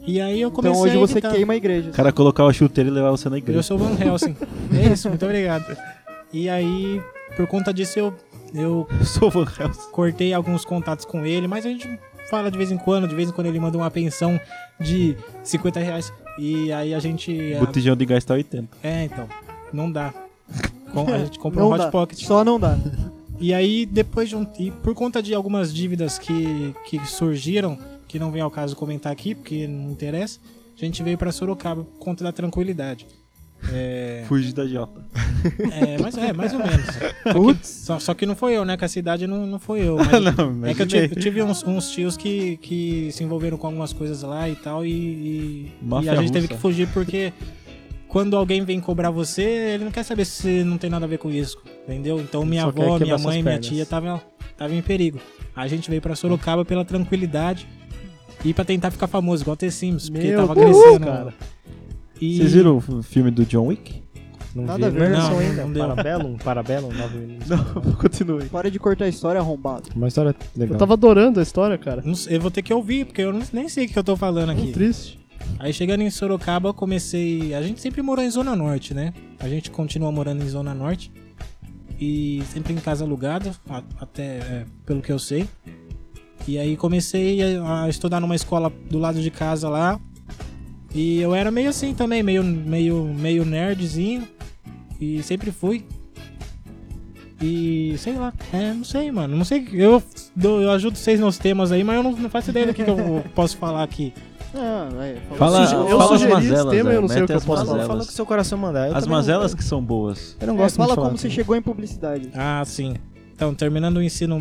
D: E aí eu comecei
G: Então hoje
D: a
G: você
D: evitar.
G: queima a igreja.
E: O cara colocava a chuteira e levava você na
D: Eu
E: igreja.
D: sou o Van Helsing. é isso, muito obrigado. E aí, por conta disso, eu, eu
E: Eu sou o Van Helsing.
D: cortei alguns contatos com ele, mas a gente fala de vez em quando, de vez em quando ele manda uma pensão de 50 reais. E aí a gente. é,
E: *laughs* Botijão de gás tá 80.
D: É, então. Não dá. Com- a gente compra
G: É, Não
D: um Hot
G: dá.
D: Pocket.
G: Só não dá.
D: E aí, depois de um. E por conta de algumas dívidas que, que surgiram, que não vem ao caso comentar aqui, porque não interessa, a gente veio pra Sorocaba por conta da tranquilidade. É,
E: Fugir da Jota.
D: é, mas é, mais ou menos.
G: Putz.
D: Só, só que não foi eu, né? Que a cidade não, não foi
G: *laughs*
D: eu. Mas
E: Não,
D: é que eu
E: imaginei.
D: tive, eu tive uns, uns tios que, que se envolveram com algumas coisas lá e tal, e, e,
E: Máfia
D: e a gente teve
E: russa.
D: que fugir porque quando alguém vem cobrar você, ele não quer saber se você não tem nada a ver com isso, entendeu? Então minha
F: só quer
D: avó, minha
F: quebrar suas
D: mãe, minha
F: pernas.
D: tia tava, tava em perigo. A gente veio pra Sorocaba pela tranquilidade e pra tentar ficar famoso, igual The Sims, porque
F: Meu
D: tava
F: Deus,
D: crescendo.
F: cara.
D: E-
E: Vocês viram o filme do John Wick?
F: Não
G: Nada
F: vi.
G: a ver.
F: Não,
D: Não,
F: não,
D: não
F: ainda.
D: deu.
F: Parabellum? Parabellum? Nove Meninos.
E: Continue.
G: Para de cortar a história, arrombado.
F: Uma história
H: Eu
F: legal.
H: tava adorando a história, cara.
D: Não sei, Eu vou ter que ouvir, porque eu não- nem sei o que eu tô falando aqui.
H: Triste.
D: Aí chegando em Sorocaba, eu comecei. A gente sempre morou em Zona Norte, né? A gente continua morando em Zona Norte. E sempre em casa alugada, a- até é, pelo que eu sei. E aí comecei a, a estudar numa escola do lado de casa lá. E eu era meio assim também, meio, meio, meio nerdzinho. E sempre fui. E sei lá, é, não sei, mano. Não sei. Eu, dou- eu ajudo vocês nos temas aí, mas eu não, não faço ideia do que, que eu vou- posso falar aqui.
G: Ah, vai.
E: Fala, assim.
H: sugeri- eu
E: fala as
H: sugeri esse
E: mazelas,
H: tema, eu
E: Zé,
H: não sei o
E: mete
H: que eu
E: as
H: posso
F: Fala,
H: falar.
E: mazelas.
F: fala o que seu coração mandar. Eu
E: As
F: também não-
E: mazelas que são boas.
F: Eu não
G: É,
F: gosto
G: fala
F: muito de falar assim.
G: como você
F: também.
G: chegou em publicidade.
D: Ah, sim. Então, terminando o ensino,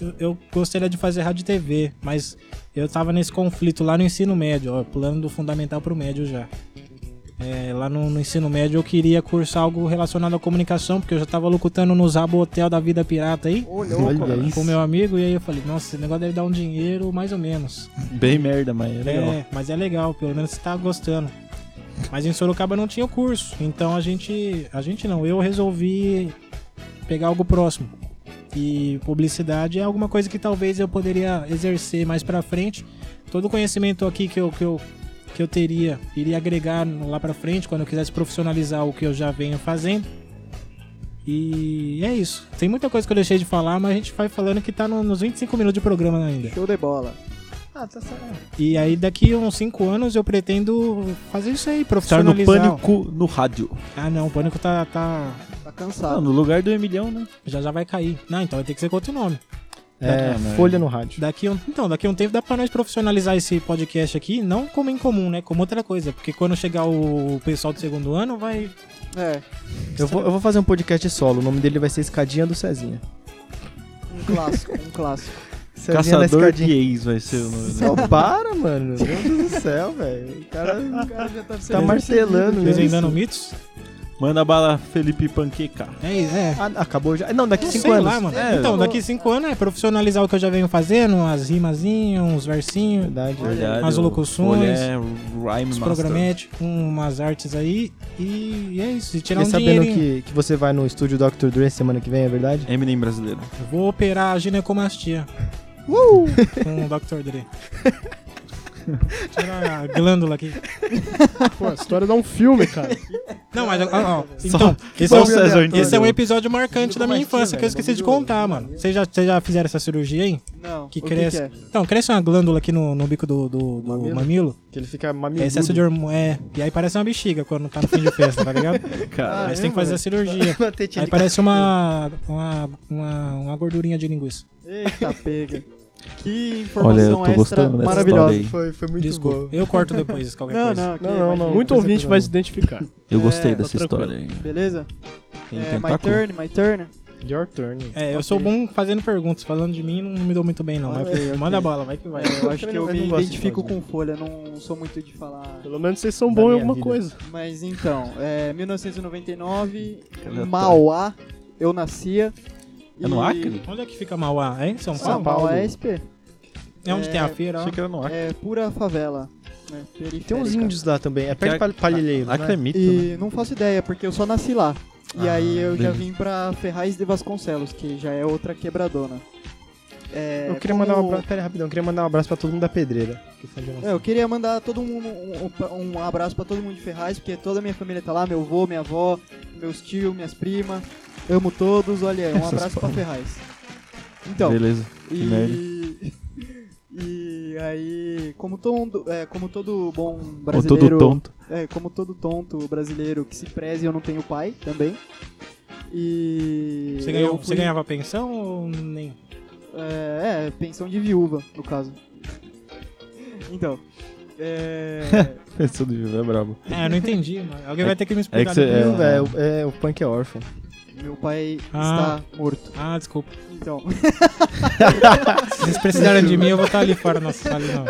D: eu, eu gostaria de fazer rádio e TV, mas eu tava nesse conflito lá no ensino médio, ó, pulando do fundamental pro médio já. É, lá no, no ensino médio eu queria cursar algo relacionado à comunicação, porque eu já tava locutando no Zabo Hotel da Vida Pirata aí,
G: Ô,
F: Olha
G: louco.
F: isso.
D: com meu amigo, e aí eu falei, nossa, esse negócio deve dar um dinheiro mais ou menos.
E: Bem merda, mas é legal.
D: É, mas é legal, pelo menos você tá gostando. Mas em Sorocaba não tinha o curso, então a gente. A gente não, eu resolvi pegar algo próximo. E publicidade é alguma coisa que talvez eu poderia exercer mais pra frente. Todo o conhecimento aqui que eu, que eu, que eu teria iria agregar lá pra frente quando eu quisesse profissionalizar o que eu já venho fazendo. E é isso. Tem muita coisa que eu deixei de falar, mas a gente vai falando que tá no- nos 25 minutos de programa ainda.
G: Show de bola.
D: E aí daqui uns 5 anos eu pretendo fazer isso aí,
E: Estar no
D: profissionalizar.
E: pânico no rádio.
D: Ah não, o pânico tá, tá-
G: Tá
E: Ah,
G: cansado.
E: no lugar do Emilhão, né?
D: Já já vai cair. Não, então vai ter que ser com outro nome.
F: É,
E: Tá, né?
F: Folha no rádio.
D: Daqui um, então, daqui um tempo dá pra nós profissionalizar esse podcast aqui, não como em comum, né? Como outra coisa. Porque quando chegar o pessoal do segundo ano, vai.
G: É,
F: Eu vou, eu vou fazer um podcast solo. O nome dele vai ser Escadinha do Cezinha.
G: um clássico, um clássico.
F: Cezinha
E: Caçador de né? ex vai ser o nome
F: *laughs*
E: dele.
F: Só para, mano. Meu Deus do céu, velho. O cara, o cara
G: já tá
F: tá
E: né?
F: martelando.
D: Desvendando
F: isso.
D: mitos.
E: Manda bala Felipe Panqueca.
D: É, é.
F: Ah, acabou já. Não, daqui cinco
D: Sei
F: anos.
D: lá, mano.
E: É,
D: então, daqui cinco anos é profissionalizar o que eu já venho fazendo, umas rimazinhas, uns versinhos,
F: Verdade.
E: Verdade.
D: As
E: o
D: locuções,
E: Folha é Rhyme
D: uns
E: Master.
D: programetes, umas artes aí. E, e é isso. E tirar
F: Fiquei
D: um
F: sabendo
D: dinheirinho.
F: que, que você vai no estúdio Dr. Dre semana que vem, é verdade?
E: Eminem brasileiro.
D: Eu Vou operar a ginecomastia.
F: Uh!
D: *laughs* Com o Dr. Dre. Tirar a glândula aqui.
H: Pô, a história dá um filme, cara.
D: Não, mas. ó, ó, então, esse é,
E: Só
D: o,
E: o César, então.
D: esse é um episódio marcante da minha infância que eu esqueci de contar, mano. Vocês já, vocês já fizeram essa cirurgia aí?
G: Não,
D: Que
G: o
D: cresce.
G: que, é? que
D: Então, cresce uma glândula aqui no, no bico do, do- do
F: Mamilo?
D: mamilo.
F: *laughs* Que ele fica
D: É
F: mamiludo.
D: excesso de hormônio. É. E aí parece uma bexiga quando tá no fim de festa, tá
F: *laughs*
D: ligado?
E: Cara,
G: Ah,
D: Aí você tem que
G: é,
D: fazer a cirurgia.
F: Na tetinha
D: Aí
F: de-
D: parece uma, uma, uma, uma gordurinha de linguiça.
G: é? Eita, pega. Que
E: olha, eu
G: informação
E: tô
G: extra
E: gostando dessa
G: maravilhosa.
E: história aí.
F: Foi, foi muito
D: Desculpa. Eu corto depois qualquer
G: Não,
D: coisa.
G: não, aqui,
F: Não, não,
G: imagina.
F: não.
H: Muito
F: Coisa
H: ouvinte
F: que
H: vai
F: eu-
H: se identificar.
E: Eu
G: É,
E: gostei
G: tá
E: dessa história aí.
G: Beleza?
E: Tem
G: É, my
E: tentáculo.
G: turn, my turn.
F: Your turn.
D: É, eu sou bom fazendo perguntas. Falando de mim, não me dou muito bem, não. Mas
G: Ok, ok.
D: manda bala, vai que vai.
G: É, eu acho que eu
F: Eu
G: me
F: não gosto de
G: identifico
F: fazer.
G: com folha, não sou muito de falar.
H: Pelo menos vocês são
F: Da
H: bons em
F: minha
H: alguma
F: vida.
H: coisa.
G: Mas então, é, 1999,
E: Aleatório.
G: Mauá, eu nascia.
E: É no
G: e-
E: Acre?
D: Onde é que fica Mauá? É em São
G: Ah,
D: Paulo?
G: Mauá é SP.
D: É onde
G: É,
D: tem a feira, ó.
E: Achei que era no Acre.
G: É pura favela. Né, periférica.
F: Tem uns índios lá também. É perto de Pal- Palilheiro,
E: Acre é
F: né?
E: mito, né?
G: E não faço ideia, porque eu só nasci lá. E
E: Ah,
G: aí eu já
E: beleza.
G: vim pra Ferraz de Vasconcelos, que já é outra quebradona. É,
F: Eu queria
G: como-
F: mandar um abraço... Pera aí, rapidão. Eu queria mandar um abraço pra todo mundo da Pedreira. que faz de
G: É, eu queria mandar todo mundo um, um- um abraço pra todo mundo de Ferraz, porque toda a minha família tá lá, meu avô, minha avó, meus tios, minhas primas. Amo todos, olha, aí, um
E: Essas
G: abraço pra
E: palmas.
G: Ferraz. Então,
E: Beleza. Que merda.
G: e *laughs* E aí, como todo, é, como todo bom
E: Ou todo
G: brasileiro,
E: tonto.
G: é, como todo tonto brasileiro que se preze, eu não tenho pai também. E
D: Você, ganhou-
G: eu
D: você
G: fui-
D: ganhava pensão ou nem?
G: é, é, pensão de viúva, no caso. Então, é,
D: *laughs*
E: Pensando de viver é brabo.
D: É, eu não entendi, mano. Alguém
E: É-
D: vai ter que me
E: É que
D: explicar.
E: você.
D: depois.
F: Não,
E: É,
F: velho, é, o punk
E: *laughs*
F: é órfão.
G: meu pai
D: Ah.
G: está morto.
D: Ah, desculpa.
G: Então, *laughs*
D: Se vocês precisarem de mim, eu vou estar ali fora, nossa, ali não.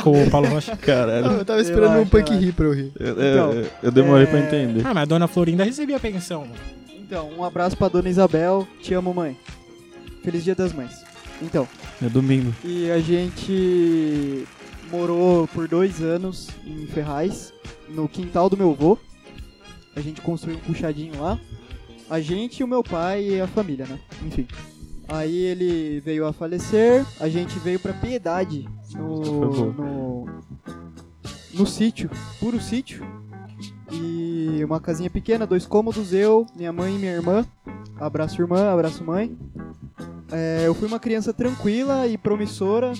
D: Com o Paulo Rocha.
E: caralho.
F: eu tava
G: esperando
F: esperando
G: Relaxa,
F: um
G: um punk
F: punk
G: relaxa.
F: rir pra eu rir.
E: Eu,
G: Então,
E: eu- eu demorei pra
G: é-
E: entender.
D: Ah, mas a dona Florinda recebia pensão, mano.
G: então, um abraço pra dona Isabel, te amo mãe. Feliz Dia das Mães. Então,
E: É domingo.
G: E a gente morou por dois anos em Ferraz, no quintal do meu avô. A gente construiu um puxadinho lá. A gente, o meu pai e a família, né? Enfim. Aí ele veio a falecer, a gente veio pra Piedade,
E: Por
G: no,
E: favor.
G: no, no sítio, puro sítio. E uma casinha pequena, dois cômodos, eu, minha mãe e minha irmã. Abraço irmã, abraço mãe. É, eu fui uma criança tranquila e promissora,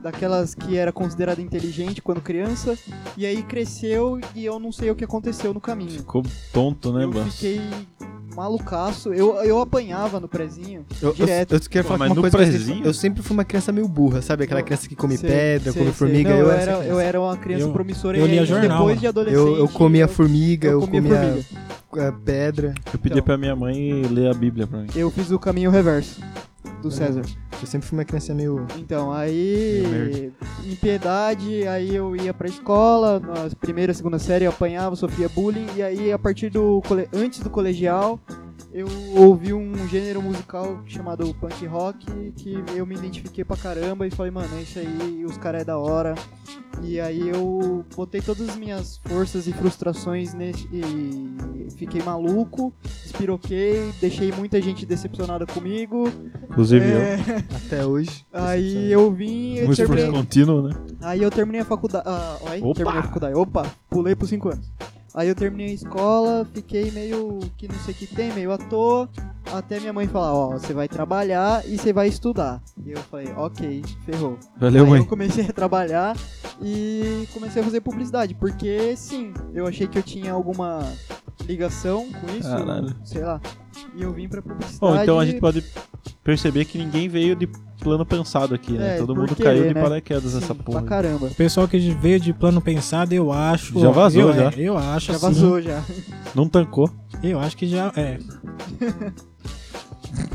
G: daquelas que era considerada inteligente quando criança, e aí cresceu e eu não sei o que aconteceu no caminho.
E: Ficou tonto, né,
F: é
G: eu
E: mano?
G: fiquei malucaço, eu, eu apanhava no prezinho,
F: Eu, eu,
G: Direto.
F: eu queria
E: Pô,
F: falar
E: mas
F: que uma
E: no
F: coisa que vocês-
E: prezinho?
F: Eu sempre fui uma criança meio burra, sabe? Aquela criança que come
G: Sei,
F: pedra,
G: sei, sei.
F: come formiga.
G: Não,
F: eu,
G: eu,
F: era, essa
G: era, eu
F: criança.
G: era uma criança
D: Eu-
G: promissora
D: eu
G: e
D: lia
G: aí
D: jornal,
G: depois
D: mano.
G: de adolescente.
F: eu, eu comia formiga,
G: eu
F: eu,
G: comia
F: comia, eh, pedra.
E: Eu pedi
G: Então.
E: pra minha mãe ler a Bíblia pra mim.
G: eu fiz o caminho reverso do César.
F: Eu sempre fui uma criança meio.
G: Então,
E: Meio merda.
G: aí. Em piedade, aí eu ia pra escola, na primeira, segunda série eu apanhava, sofria bullying, e aí a partir do. cole- antes do colegial, eu ouvi um gênero musical chamado punk rock, que eu me identifiquei pra caramba e falei, mano, é isso aí, os caras é da hora. E aí eu botei todas as minhas forças e frustrações nesse. e fiquei maluco, espiroquei, deixei muita gente decepcionada comigo.
E: Inclusive
G: É,
F: Até hoje. tipo
G: aí eu vim
E: eu.
G: e
E: Um esforço
G: terminei.
E: contínuo, né?
G: Aí eu terminei a faculdade. Ah, oi,
E: Opa!
G: terminei a faculdade. Opa, pulei por 5 anos. Aí eu terminei a escola, fiquei meio que não sei o que tem, meio à toa, até minha mãe falar, ó, você vai trabalhar e você vai estudar. E eu falei, ok, ferrou.
E: Valeu,
G: Aí
E: mãe.
G: eu comecei a trabalhar e comecei a fazer publicidade, porque sim, eu achei que eu tinha alguma ligação com isso,
E: Caralho.
G: sei lá. E eu vim pra publicidade.
E: Bom, então a gente pode perceber que ninguém veio de plano pensado aqui, né?
G: É,
E: Todo
G: por
E: mundo
G: querer,
E: caiu de
G: né?
E: paraquedas
G: sim,
E: nessa porra.
G: Pra caramba.
D: O pessoal que veio de plano pensado, eu acho.
E: Já vazou,
D: eu,
E: já.
D: é, Eu acho,
G: Já
D: assim,
G: vazou já.
E: Não tancou.
D: Eu acho que já. É.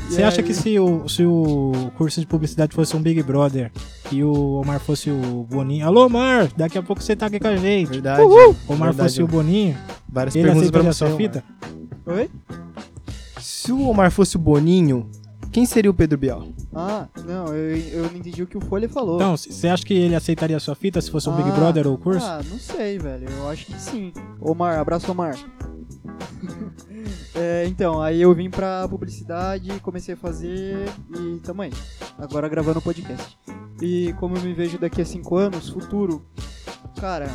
D: Você
G: E
D: acha
G: aí?
D: que se o, se o curso de publicidade fosse um Big Brother e o Omar fosse o Boninho. Alô, Omar! Daqui a pouco você tá aqui com a gente.
F: Verdade.
D: O Omar
F: Verdade,
D: fosse o Boninho,
F: Várias
D: ele
F: perguntas pra
D: aceitaria a
F: você.
D: sua
F: Omar.
D: fita?
G: Oi?
F: Se o Omar fosse o Boninho, quem seria o Pedro Bial?
G: Ah, não, eu, eu não entendi o que o Folha falou.
D: Então, c- você acha que ele aceitaria a sua fita se fosse um Big
G: Ah,
D: Brother ou o curso?
G: Ah, não sei, velho. Eu acho que sim. Omar, abraço, Omar. *laughs* É, então, aí eu vim pra publicidade, comecei a fazer e tamo aí. Agora gravando o podcast. E como eu me vejo daqui a cinco anos, futuro, cara,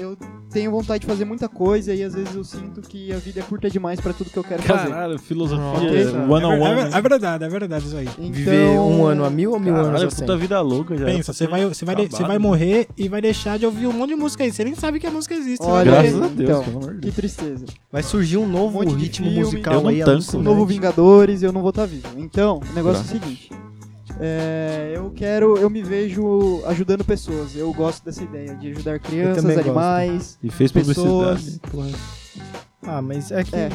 G: eu tenho vontade de fazer muita coisa e às vezes eu sinto que a vida é curta demais pra tudo que eu quero fazer.
E: Caralho, filosofia
G: Nossa.
E: one on
D: é,
E: one. né?
D: ver- é verdade, é verdade isso aí.
G: Então,
F: Viver um ano a mil ou mil anos
E: Caralho,
F: a cem?
E: puta vida louca já.
D: Pensa, você vai, você, vai, de- você
E: Acabado.
D: vai morrer e vai deixar de ouvir um monte de música aí. Você nem sabe que a música existe. você vai
G: Olha
D: morrer.
E: Graças a Deus,
G: Então,
E: pelo amor de
G: que
E: Deus.
G: tristeza.
F: Vai surgir um novo
G: Um monte de
F: ritmo
G: filme.
E: Eu
F: musical
E: não
F: aí.
E: um tanco,
G: o
F: alucinante.
G: Né? novo Vingadores eu não vou estar vivo. Então, o negócio
E: Graças.
G: é o seguinte. é, eu quero, eu me vejo ajudando pessoas. Eu gosto dessa ideia de ajudar crianças,
F: também
G: animais,
E: E fez
G: pessoas.
E: publicidade.
F: Ah, mas é que...
G: É.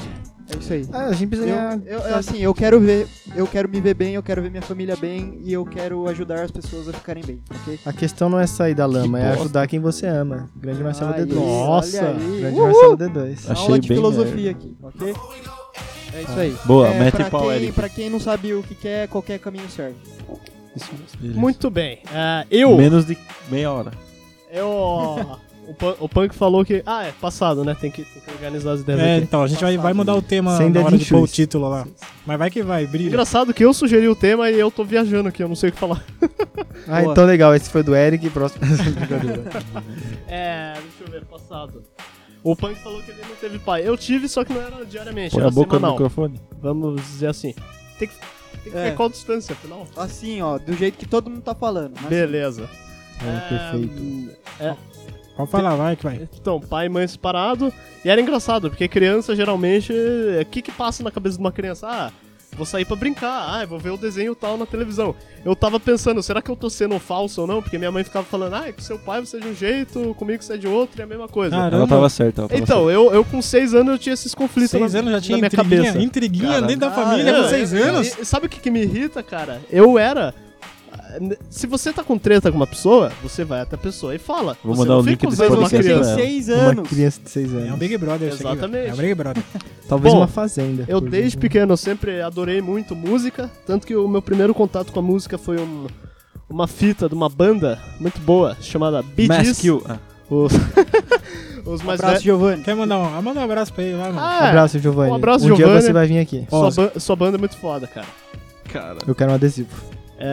G: É isso aí.
F: Ah, a gente precisa
G: Eu,
F: ganhar...
G: eu- eu, assim, eu quero ver, eu quero me ver bem, eu quero ver minha família bem e eu quero ajudar as pessoas a ficarem bem, ok?
F: A questão não é sair da lama, é
E: bosta.
F: ajudar quem você ama. Grande Marcelo
G: Aí,
F: D2.
H: Nossa,
G: olha aí.
F: Grande
G: Uhul!
F: Marcelo D2.
E: Achei
G: aula de
E: bem, né?
G: filosofia aqui, ok? É isso aí.
E: Boa,
G: é,
E: mete
G: pra
E: pau,
G: quem-
E: Eric.
G: Pra quem não sabe o que quer, qualquer caminho serve.
E: Beleza.
H: Muito bem. Ah, eu.
E: Menos de meia hora.
H: eu o, Pun- o Punk falou que. Ah, é passado, né? Tem que, tem que organizar as ideias
D: É,
H: aqui.
D: então, a gente vai, vai mudar o tema
F: Sem
D: na hora de
F: dedinho
D: pôr o
F: twist.
D: título lá. Mas vai que vai, brilha.
H: Engraçado que eu sugeri o tema e eu tô viajando aqui, eu não sei o que falar.
F: Ah,
G: Boa.
F: então legal. Esse foi do Eric. Próximo. *laughs*
H: É, deixa eu ver, passado. O Punk falou que ele não teve pai. Eu tive, só que não era diariamente,
E: Põe
H: era
E: a boca no
H: semanal.
E: microfone.
H: Vamos dizer assim. Tem que, tem que
G: É.
H: ter qual distância, afinal?
G: Assim, ó, do jeito que todo mundo tá falando. né?
H: Beleza.
F: É, perfeito.
D: Pode falar, vai que vai.
H: Então, pai e mãe separado. E era engraçado, porque criança geralmente. é, O que que passa na cabeça de uma criança? Ah, vou sair pra brincar. Ah, eu vou ver o desenho tal na televisão. Eu tava pensando, será que eu tô sendo falso ou não? Porque minha mãe ficava falando, ah, com seu pai você é de um jeito, comigo você é de outro, é a mesma coisa.
D: Caramba.
E: Ela tava certa, ela tava
H: então, eu, eu com seis anos eu tinha esses conflitos
D: Seis
H: na,
D: anos já tinha
H: na minha
D: intriguinha,
H: cabeça.
D: intriguinha dentro da
G: Caralho.
D: família
H: Não,
D: com seis
H: eu-
D: anos.
H: e- sabe o que, que me irrita, cara? Eu era. ah, n- Se você tá com treta com uma pessoa, você vai até a pessoa e fala.
E: Vou
H: você
E: mandar
H: não
E: o
H: fica
E: link do
H: usando uma
E: podcast pra
H: criança.
E: ela.
G: Seis
F: Uma
G: anos.
F: criança de 6
D: É um
F: anos.
D: Big Brother isso aqui, velho. É um
H: Exatamente.
D: Big Brother.
F: Talvez
H: Bom,
F: uma fazenda.
H: Eu
F: por
H: desde
F: exemplo.
H: pequeno eu sempre adorei muito música, tanto que o meu primeiro contato com a música foi um- uma fita de uma banda muito boa chamada Bee Gees.
E: Mas kill. Ah,
H: Os, *laughs* os mais
G: Abraço,
H: velhos.
G: Giovanni.
D: Quer mandar um, ah, manda um abraço pra ele lá, mano.
H: Ah,
F: Abraço, Giovanni.
H: Um abraço,
F: um dia
H: Giovanni.
F: você vai vir aqui.
H: sua, ban- sua banda é muito foda, cara.
E: cara.
F: Eu quero um adesivo.
H: É,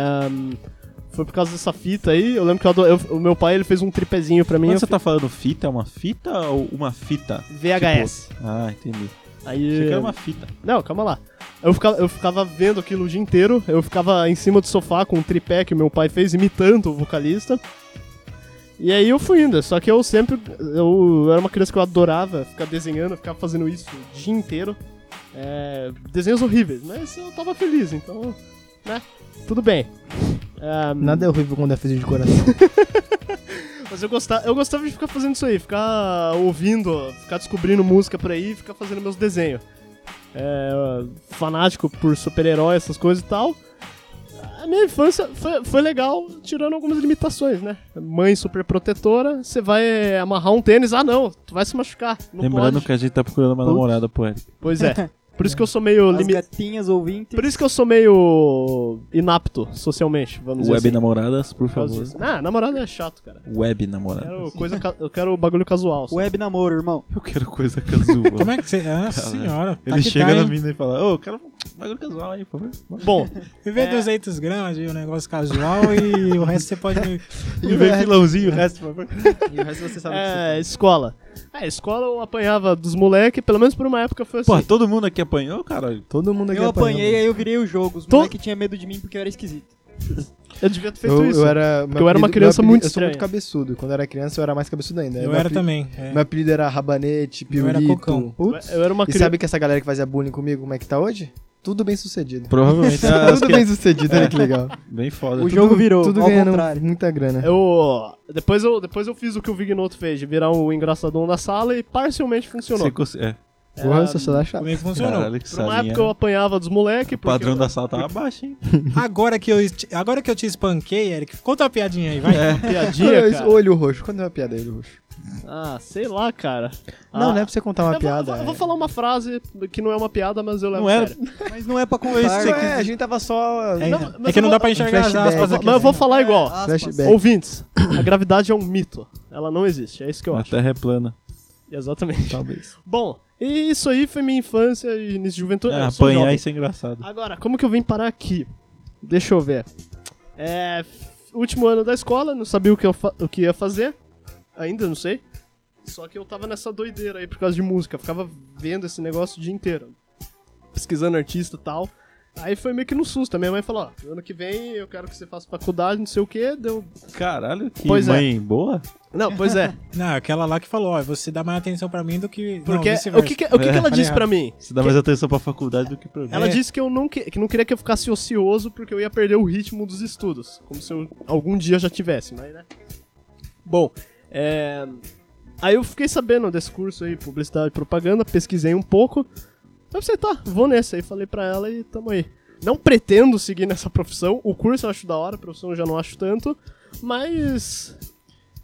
H: foi por causa dessa fita aí, eu lembro que eu ador- eu- o meu pai ele fez um tripézinho pra mim,
E: Quando
H: eu
E: você tá falando fita, é uma fita ou uma fita?
H: fi- VHS.
E: Ah, entendi. Achei
H: aí,
E: que era uma fita.
H: Não, calma lá. Eu ficava, eu ficava vendo aquilo o dia inteiro, eu ficava em cima do sofá com um tripé que o meu pai fez, imitando o vocalista. E aí eu fui indo, só que eu sempre. Eu, era uma criança que eu adorava ficar desenhando, eu ficava fazendo isso o dia inteiro. É, desenhos horríveis, mas eu tava feliz, então. né? Tudo bem. Ah,
F: Nada é horrível quando é feito de coração.
H: mas eu gostava, eu gostava de ficar fazendo isso aí, ficar ouvindo, ficar descobrindo música por aí, ficar fazendo meus desenhos. É, fanático por super-herói, essas coisas e tal. A minha infância foi, foi legal, tirando algumas limitações, né? Mãe super protetora, você vai amarrar um tênis, ah não, tu vai se machucar. Não
E: Lembrando
H: pode.
E: que a gente tá procurando uma namorada, pô. Eric.
H: Pois é. Por isso que eu sou meio
G: As
H: limitado.
G: gatinhas ouvintes.
H: Por isso que eu sou meio inapto socialmente, vamos dizer
E: Web né?
H: assim.
E: namoradas, por
H: Por causa
E: favor.
H: disso. Ah, namorado é chato, cara.
E: Web
H: Eu
E: namoradas. *laughs*
H: quero, coisa ca- eu quero bagulho casual. só.
G: Web namoro, irmão.
E: Eu quero coisa *laughs* casual.
D: Como é que você. Ah, senhora. tá
E: Ele
D: que
E: chega
D: tá,
E: na
D: hein?
E: mina e fala, ô, eu quero um bagulho casual aí, por favor.
H: Bom,
D: Me
F: É.
D: vê 200 gramas de um negócio casual e o resto você
H: *laughs*
D: pode.
E: E vem
F: É.
E: filãozinho, o resto, por favor.
F: E o resto você sabe o que você
H: é, escola. É, escola eu apanhava dos moleque, pelo menos por uma época foi assim.
E: Pô, todo mundo aqui apanhou, caralho.
F: Todo mundo aqui
G: Eu
F: apanhou.
G: apanhei, aí eu virei o jogo. Os
H: Tô-
G: moleque tinha medo de mim porque eu era esquisito.
H: eu devia ter feito
F: Eu,
H: isso.
F: eu era, meu
H: Porque eu era uma
F: apelido-
H: criança
F: meu apelido-
H: muito
F: Eu sou muito
H: estranha.
F: cabeçudo. Quando eu era criança, eu era mais cabeçudo ainda.
D: Eu
F: Meu
D: era
F: apeli-
D: também. é.
F: Meu apelido era rabanete,
D: Eu era cocão.
F: pirulito.
H: Eu- Eu era uma
F: E
H: criança.
F: sabe que essa galera que fazia bullying comigo, como é que tá hoje? Tudo bem sucedido.
E: Provavelmente. *laughs* ah, acho
F: Tudo
E: que
F: bem sucedido, olha que legal.
E: é Bem foda.
G: O jogo virou,
F: Tudo
G: ao
F: ganhando
G: contrário.
F: muita grana.
H: Eu, depois, eu, depois eu fiz o que o Vignoto fez, de virar o engraçadão da sala e parcialmente funcionou.
E: Você consegue... É,
F: Porra, você só dá chato.
D: Comigo é funcionou.
E: caralho, que
H: Por uma
E: salinha.
H: época eu apanhava dos moleque,
E: O
H: porque
E: padrão
H: eu-
E: da sala tava baixo, hein?
D: Agora que, eu, est- agora que eu te espanquei, Eric, conta uma piadinha aí, vai.
H: É. piadinha, cara.
F: Olho roxo. Quando é uma piada, olho roxo?
H: Ah, sei lá, cara.
F: Não,
H: Ah,
F: não é pra você contar uma
H: eu vou-
F: piada.
H: eu vou, eu
F: é.
H: vou falar uma frase que não é uma piada, mas eu levo
E: Não
H: a
E: era.
H: sério.
G: Mas não é pra contar.
F: Ué, a gente tava só...
D: É,
H: Não,
D: então.
H: mas
D: É que
H: eu
D: não
H: vou-
D: dá pra enxergar as
F: Flashback.
D: aspas
H: Mas
D: aqui.
H: eu vou falar igual.
G: aspas.
F: Flashback.
H: Ouvintes, a gravidade é um mito. Ela não existe, é isso que eu
E: A
H: acho.
E: terra é plana.
H: Exatamente.
F: Talvez.
H: *laughs* Bom, e isso aí foi minha infância e início de juventude.
E: É,
H: Eu sou
E: apanhar
H: jovem.
E: isso é engraçado.
H: Agora, como que eu vim parar aqui? Deixa eu ver. É, último ano da escola, não sabia o que, eu fa- o que ia fazer. Ainda não sei. Só que eu tava nessa doideira aí por causa de música. Eu Ficava vendo esse negócio o dia inteiro. Pesquisando artista e tal. Aí foi meio que no susto. A minha mãe falou: ó, ano que vem eu quero que você faça faculdade, não sei o que. Deu.
E: Caralho, que
H: Pois é.
E: mãe boa.
H: Não, pois é.
D: Não, aquela lá que falou, ó, você dá mais atenção pra mim do que.
H: Porque
D: não,
H: o
D: vice-versa.
H: que, que- o que, que ela
D: É.
H: disse pra mim?
E: Você dá mais atenção pra faculdade do que pra mim.
H: Ela
D: É.
H: disse que eu não, que, que não queria que eu ficasse ocioso porque eu ia perder o ritmo dos estudos. Como se eu algum dia já tivesse, mas né? Bom, é... aí eu fiquei sabendo desse curso aí, publicidade e propaganda, pesquisei um pouco. Eu pensei, tá, vou nesse aí, falei pra ela e tamo aí. Não pretendo seguir nessa profissão, o curso eu acho da hora, a profissão eu já não acho tanto, mas.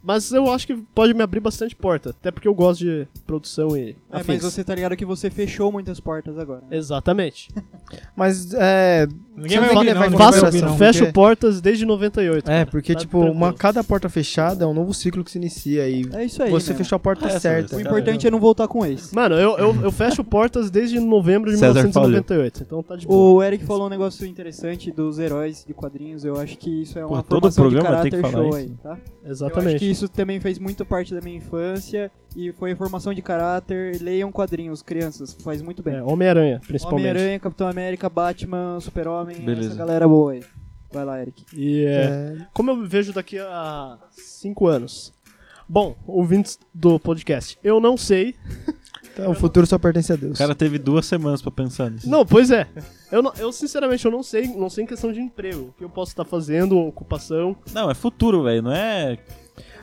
H: Mas eu acho que pode me abrir bastante porta, até porque eu gosto de produção e.
G: É,
H: afins.
G: mas você tá ligado que você fechou muitas portas agora. né?
H: Exatamente.
F: Mas, é...
D: Ninguém
F: Você
D: vai ouvir,
F: vai-
D: não.
F: vai-
D: ninguém
F: faça-
D: vai ouvir, não.
F: fe-
H: Fecho
F: porque-
H: portas desde 98.
F: É,
H: cara.
F: porque,
H: Tá
F: tipo, uma,
H: tranquilo.
F: cada porta fechada é um novo ciclo que se inicia e...
G: É isso aí.
F: Você
H: né?
G: mesmo.
F: fechou a porta
E: É,
F: certa.
G: O
E: César.
G: importante é não voltar com ex.
H: Mano, eu, eu, eu fecho portas desde novembro de
E: César
H: 1998. Então tá de boa.
G: O Eric falou um negócio interessante dos heróis de quadrinhos. Eu acho que isso é uma
E: Pô, todo
G: formação de
E: programa tem
G: caráter
E: que falar
G: show
E: isso.
G: aí, tá? Eu acho que
H: Exatamente.
G: isso também fez muito parte da minha infância e foi formação de caráter. Leiam quadrinhos, crianças, faz muito bem.
H: É, Homem-Aranha, principalmente.
G: Homem-Aranha, Capitão América, Batman, Super-Homem,
E: Beleza.
G: essa galera é boa aí. Vai lá, Eric.
H: E é, como eu me vejo daqui a 5 anos? Bom, ouvintes do podcast, eu não sei.
F: Então, o futuro só pertence a Deus.
E: O cara teve duas semanas pra pensar nisso.
H: Não, pois é. Eu, não- eu sinceramente eu não sei, não sei em questão de emprego, o que eu posso estar fazendo, ocupação.
E: Não, é futuro, velho. Não é.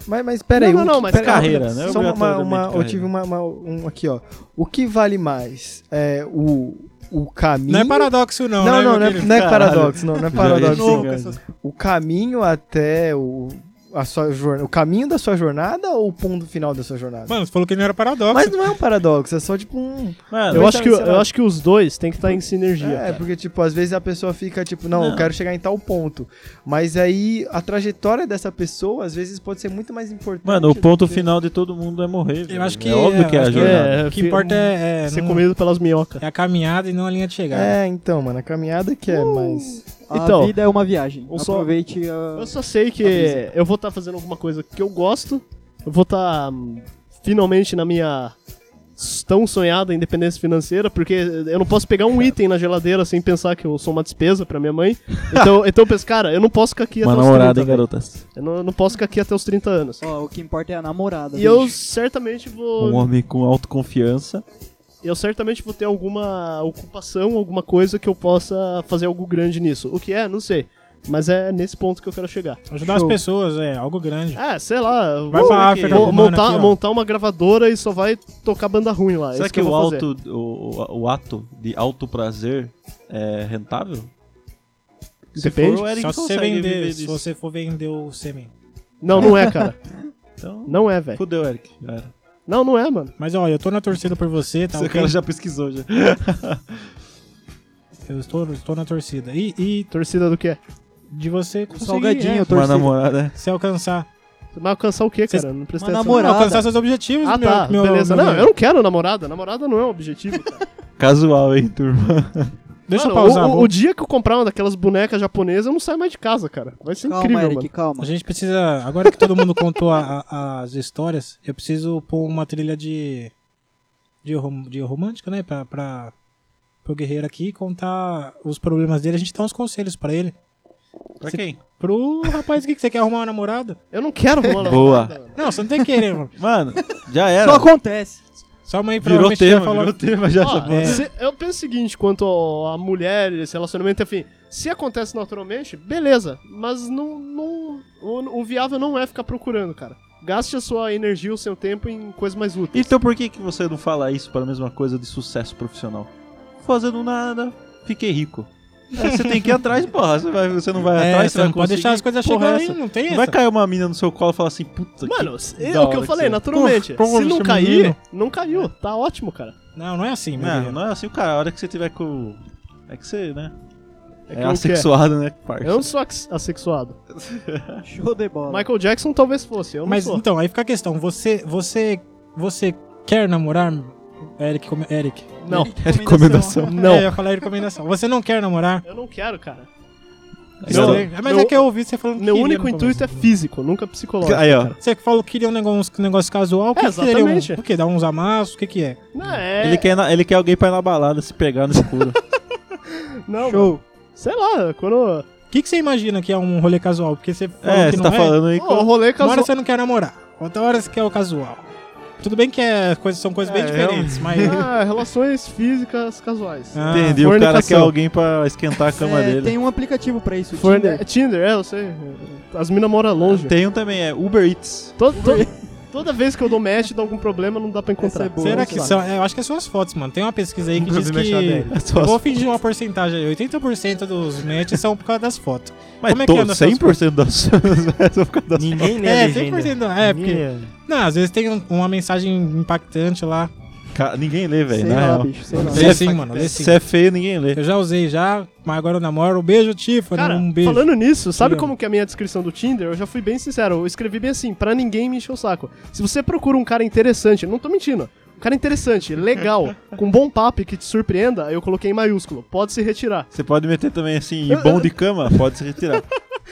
F: Mas, mas pera aí,
H: Não, não,
F: o
H: não,
F: que-
H: mas
F: pera aí,
E: carreira,
F: rapidão.
E: né?
F: Só uma, uma,
E: Obrigatoriamente
F: eu
E: carreira.
F: tive uma, uma- um aqui, ó. O que vale mais? É o, o caminho.
D: Não é paradoxo, não.
F: Não,
D: né,
F: não,
D: meu
F: não é,
D: querido?
F: não é
E: Caralho.
F: paradoxo, não, não é paradoxo.
E: De novo
F: não.
E: com essas-
F: O caminho até o a sua jornada, o caminho da sua jornada ou o ponto final da sua jornada?
D: Mano, você falou que não era paradoxo.
F: Mas não é um paradoxo, é só tipo um
E: Mano,
H: Eu
F: Mas
H: acho, que,
F: sabe, sei
H: eu
F: lá.
H: acho que os dois têm que estar em sinergia.
F: É,
H: cara.
F: porque, tipo, às vezes a pessoa fica, tipo, não, eu quero chegar em tal ponto. Mas aí a trajetória dessa pessoa, às vezes, pode ser muito mais
E: *laughs*
F: importante.
E: Mano, o
F: do
E: ponto
F: que-
E: final de todo mundo é morrer. velho.
D: acho que-
E: É óbvio que é
D: eu
E: a
D: acho que
E: jornada.
H: É,
D: O que importa é, é,
H: ser
D: não-
H: comido pelas minhocas.
D: é a caminhada e não a linha de chegada.
F: É, então, mano, a caminhada que é mais.
G: A
H: Então,
G: vida é uma viagem.
H: eu só-
G: Aproveite
H: Eu
G: a...
H: só sei que
G: Avisa.
H: eu vou estar fazendo alguma coisa que eu gosto. Eu vou estar finalmente na minha tão sonhada independência financeira, porque eu não posso pegar um item na geladeira sem pensar que eu sou uma despesa pra
E: *laughs*
H: minha mãe. Então, então eu penso, cara, eu não posso ficar aqui
E: Uma
H: até
E: namorada,
H: os 30
E: hein, garotas?
H: Eu não, eu não posso ficar aqui até os 30 anos.
G: Ó, o que importa é a namorada.
H: E eu
G: bicho.
H: certamente
E: Um
H: vou.
E: homem com autoconfiança.
H: Eu certamente vou ter alguma ocupação, alguma coisa que eu possa fazer algo grande nisso. O que é, não sei. Mas é nesse ponto que eu quero chegar.
D: Ajudar as pessoas, é algo grande.
H: Ah, sei lá.
D: Vai
H: vou-
D: pra África,
H: vou
D: mano,
H: montar,
D: aqui, ó.
H: montar uma gravadora e só vai tocar banda ruim lá.
E: Será
H: É Isso
E: que,
H: eu
E: o,
H: vou fazer.
E: alto, o, o ato de alto prazer é rentável?
H: Depende.
E: for, o Eric
D: Só se você
E: consegue viver
D: vender, se
E: disso.
D: você for vender o sêmen. *laughs*
H: Não, não é, cara.
E: Então,
H: Não é, velho.
E: Tá fudeu, Eric. Já era.
H: Não, não é, mano.
D: Mas ó, eu tô na torcida por você, tá
E: Esse
D: ok?
E: cara já pesquisou já.
D: Eu estou, estou na torcida. E, e
H: Torcida do quê?
D: de você conseguir
G: salgadinho,
D: é,
E: Uma
G: torcida.
E: namorada.
D: se alcançar.
H: Vai alcançar o quê,
D: Cês-
H: cara? Não prestei
G: Uma
H: atenção.
G: namorada.
D: Alcançar seus objetivos,
H: Ah,
D: meu,
H: tá.
D: meu-
H: Beleza.
D: meu-
H: Não, eu não quero namorada. Namorada não é um objetivo. cara.
E: Casual, hein, turma?
D: *laughs* Deixa eu
H: Mano,
D: pausar.
H: o- O,
D: vou-
H: o dia que eu comprar uma daquelas bonecas japonesas, eu não saio mais de casa, cara. Vai ser
G: Calma,
H: incrível,
G: Eric,
H: mano.
G: calma.
D: A gente precisa. Agora que todo mundo contou a- a- as histórias, eu preciso pôr uma trilha de. de, rom- de romântica, né? Pra, pra, pro guerreiro aqui contar os problemas dele. A gente dá uns conselhos pra ele.
E: Pra quem?
D: Pro rapaz aqui que você quer arrumar uma namorada.
H: Eu
G: *laughs*
H: não quero arrumar uma
E: Boa.
H: namorada, mano.
D: Não, você não tem que querer, mano.
E: Mano, já
G: Só
H: é
E: era.
G: acontece.
D: Sua mãe
E: Virou
D: provavelmente
E: tema,
D: já falou.
E: virou tema já.
H: Ó,
E: essa porra.
D: é.
H: se- eu penso o seguinte, quanto ao- a mulher, esse relacionamento, enfim, se acontece naturalmente, beleza, mas não, não o, o viável não é ficar procurando, cara. Gaste a sua energia, o seu tempo em coisas mais úteis.
E: Então por que, que você não fala isso para a mesma coisa de sucesso profissional? Fazendo nada, fiquei rico. Aí você tem que ir atrás, porra. Você, vai- você não vai
D: É,
E: atrás,
D: você
E: você vai
D: não pode
E: conseguir.
D: deixar as coisas
E: Porra,
D: chegarem,
E: essa.
D: não tem
E: Não
D: essa.
E: vai cair uma mina no seu colo e falar assim, puta
H: Mano,
E: que
H: é
E: da
H: o que
E: hora
H: eu falei,
E: você é.
H: naturalmente.
D: Porra,
H: se não
D: esse
H: cair,
D: menino.
H: não caiu. Tá ótimo, cara.
D: Não, não é assim, meu
E: Não,
D: guerreiro.
E: não é assim o cara. A hora que você tiver com... É que você, né?
H: É que
E: É,
H: eu
E: assexuado, né,
H: quero.
E: parça?
H: Eu não sou ass- assexuado.
G: Show de bola.
H: Michael Jackson talvez fosse, eu não
D: Mas
H: sou.
D: então, aí fica a questão. Você, você, você quer namorar, Eric? como- Eric.
H: Não,
E: Recomendação.
H: Não.
D: É, eu ia falar recomendação. Você não quer namorar?
H: eu não quero, cara.
E: Não.
D: Você- Mas é
H: Meu-
D: que eu ouvi você falando que
H: Meu
D: queria
H: único
D: no
H: intuito é
D: começo.
H: físico, nunca psicológico.
E: Aí, ó.
D: Você que falou que queria um negócio, um negócio casual, o que
H: É,
D: que seria um,
H: exatamente.
D: o que? Dar uns amassos, o que que é?
H: Não, é...
E: Ele, quer, na- ele quer alguém pra ir na balada, se pegar no escuro.
H: é, Não,
G: Show.
H: sei lá, quando...
D: O que que você imagina que é um rolê casual? Porque você *laughs* falou
E: é,
D: que
E: você
D: não
E: tá
D: é.
E: falando aí...
H: Ó, o
D: Uma
H: rolê
D: hora
H: casual...
D: você não quer namorar, outra hora você quer o casual. Tudo bem que é, coisas- são coisas bem
E: É,
D: diferentes,
H: *laughs*
D: mas...
H: Ah, relações físicas casuais.
D: Ah,
E: Entendi, o cara
H: fornicação.
E: quer alguém pra esquentar a cama
G: É,
E: dele.
G: Tem um aplicativo pra isso,
H: Forne-
G: Tinder.
H: é, Tinder, é, eu sei. As minas moram longe.
E: Tem um também, é Uber Eats.
H: To- to- toda vez que eu dou match, dá algum problema, não dá pra
G: Essa
H: encontrar.
G: é boa.
D: Será
G: Vamos
D: que
G: lá.
D: são? é, Eu acho que é suas fotos, mano. Tem uma pesquisa aí que diz
F: Inclusive,
D: que.
F: mexer
E: a
D: Eu
E: dele.
D: vou fingir uma porcentagem aí. 80% dos matches são por causa das fotos.
E: Mas
D: Como é que
E: to-
D: anda essas
E: 100% *laughs* das pessoas por causa das
F: Ninguém lê a
D: É,
F: legenda.
D: 100%. não. É,
F: Ninguém
D: porque.
F: lê.
D: Não, às vezes tem um- uma mensagem impactante lá.
E: Ca- Ninguém lê,
H: é
E: velho.
G: Sei
E: Na
G: lá,
E: real.
G: bicho, sei lá.
E: Você é
D: Lê sim, mano. Lê sim.
E: Se é feio, ninguém lê.
D: Eu já usei já, mas agora eu namoro. Beijo, Tiffany.
H: Cara,
D: um beijo.
H: falando nisso, sabe
D: Te
H: como
D: amo.
H: que é a minha descrição do Tinder? Eu já fui bem sincero, eu escrevi bem assim, pra ninguém me encher o saco. Se você procura um cara interessante, não tô mentindo, um cara
D: *laughs*
H: interessante, legal, com bom papo e que te surpreenda, eu coloquei em maiúsculo, pode se retirar.
E: Você pode meter também assim, e bom de cama, pode se
D: *laughs*
E: retirar.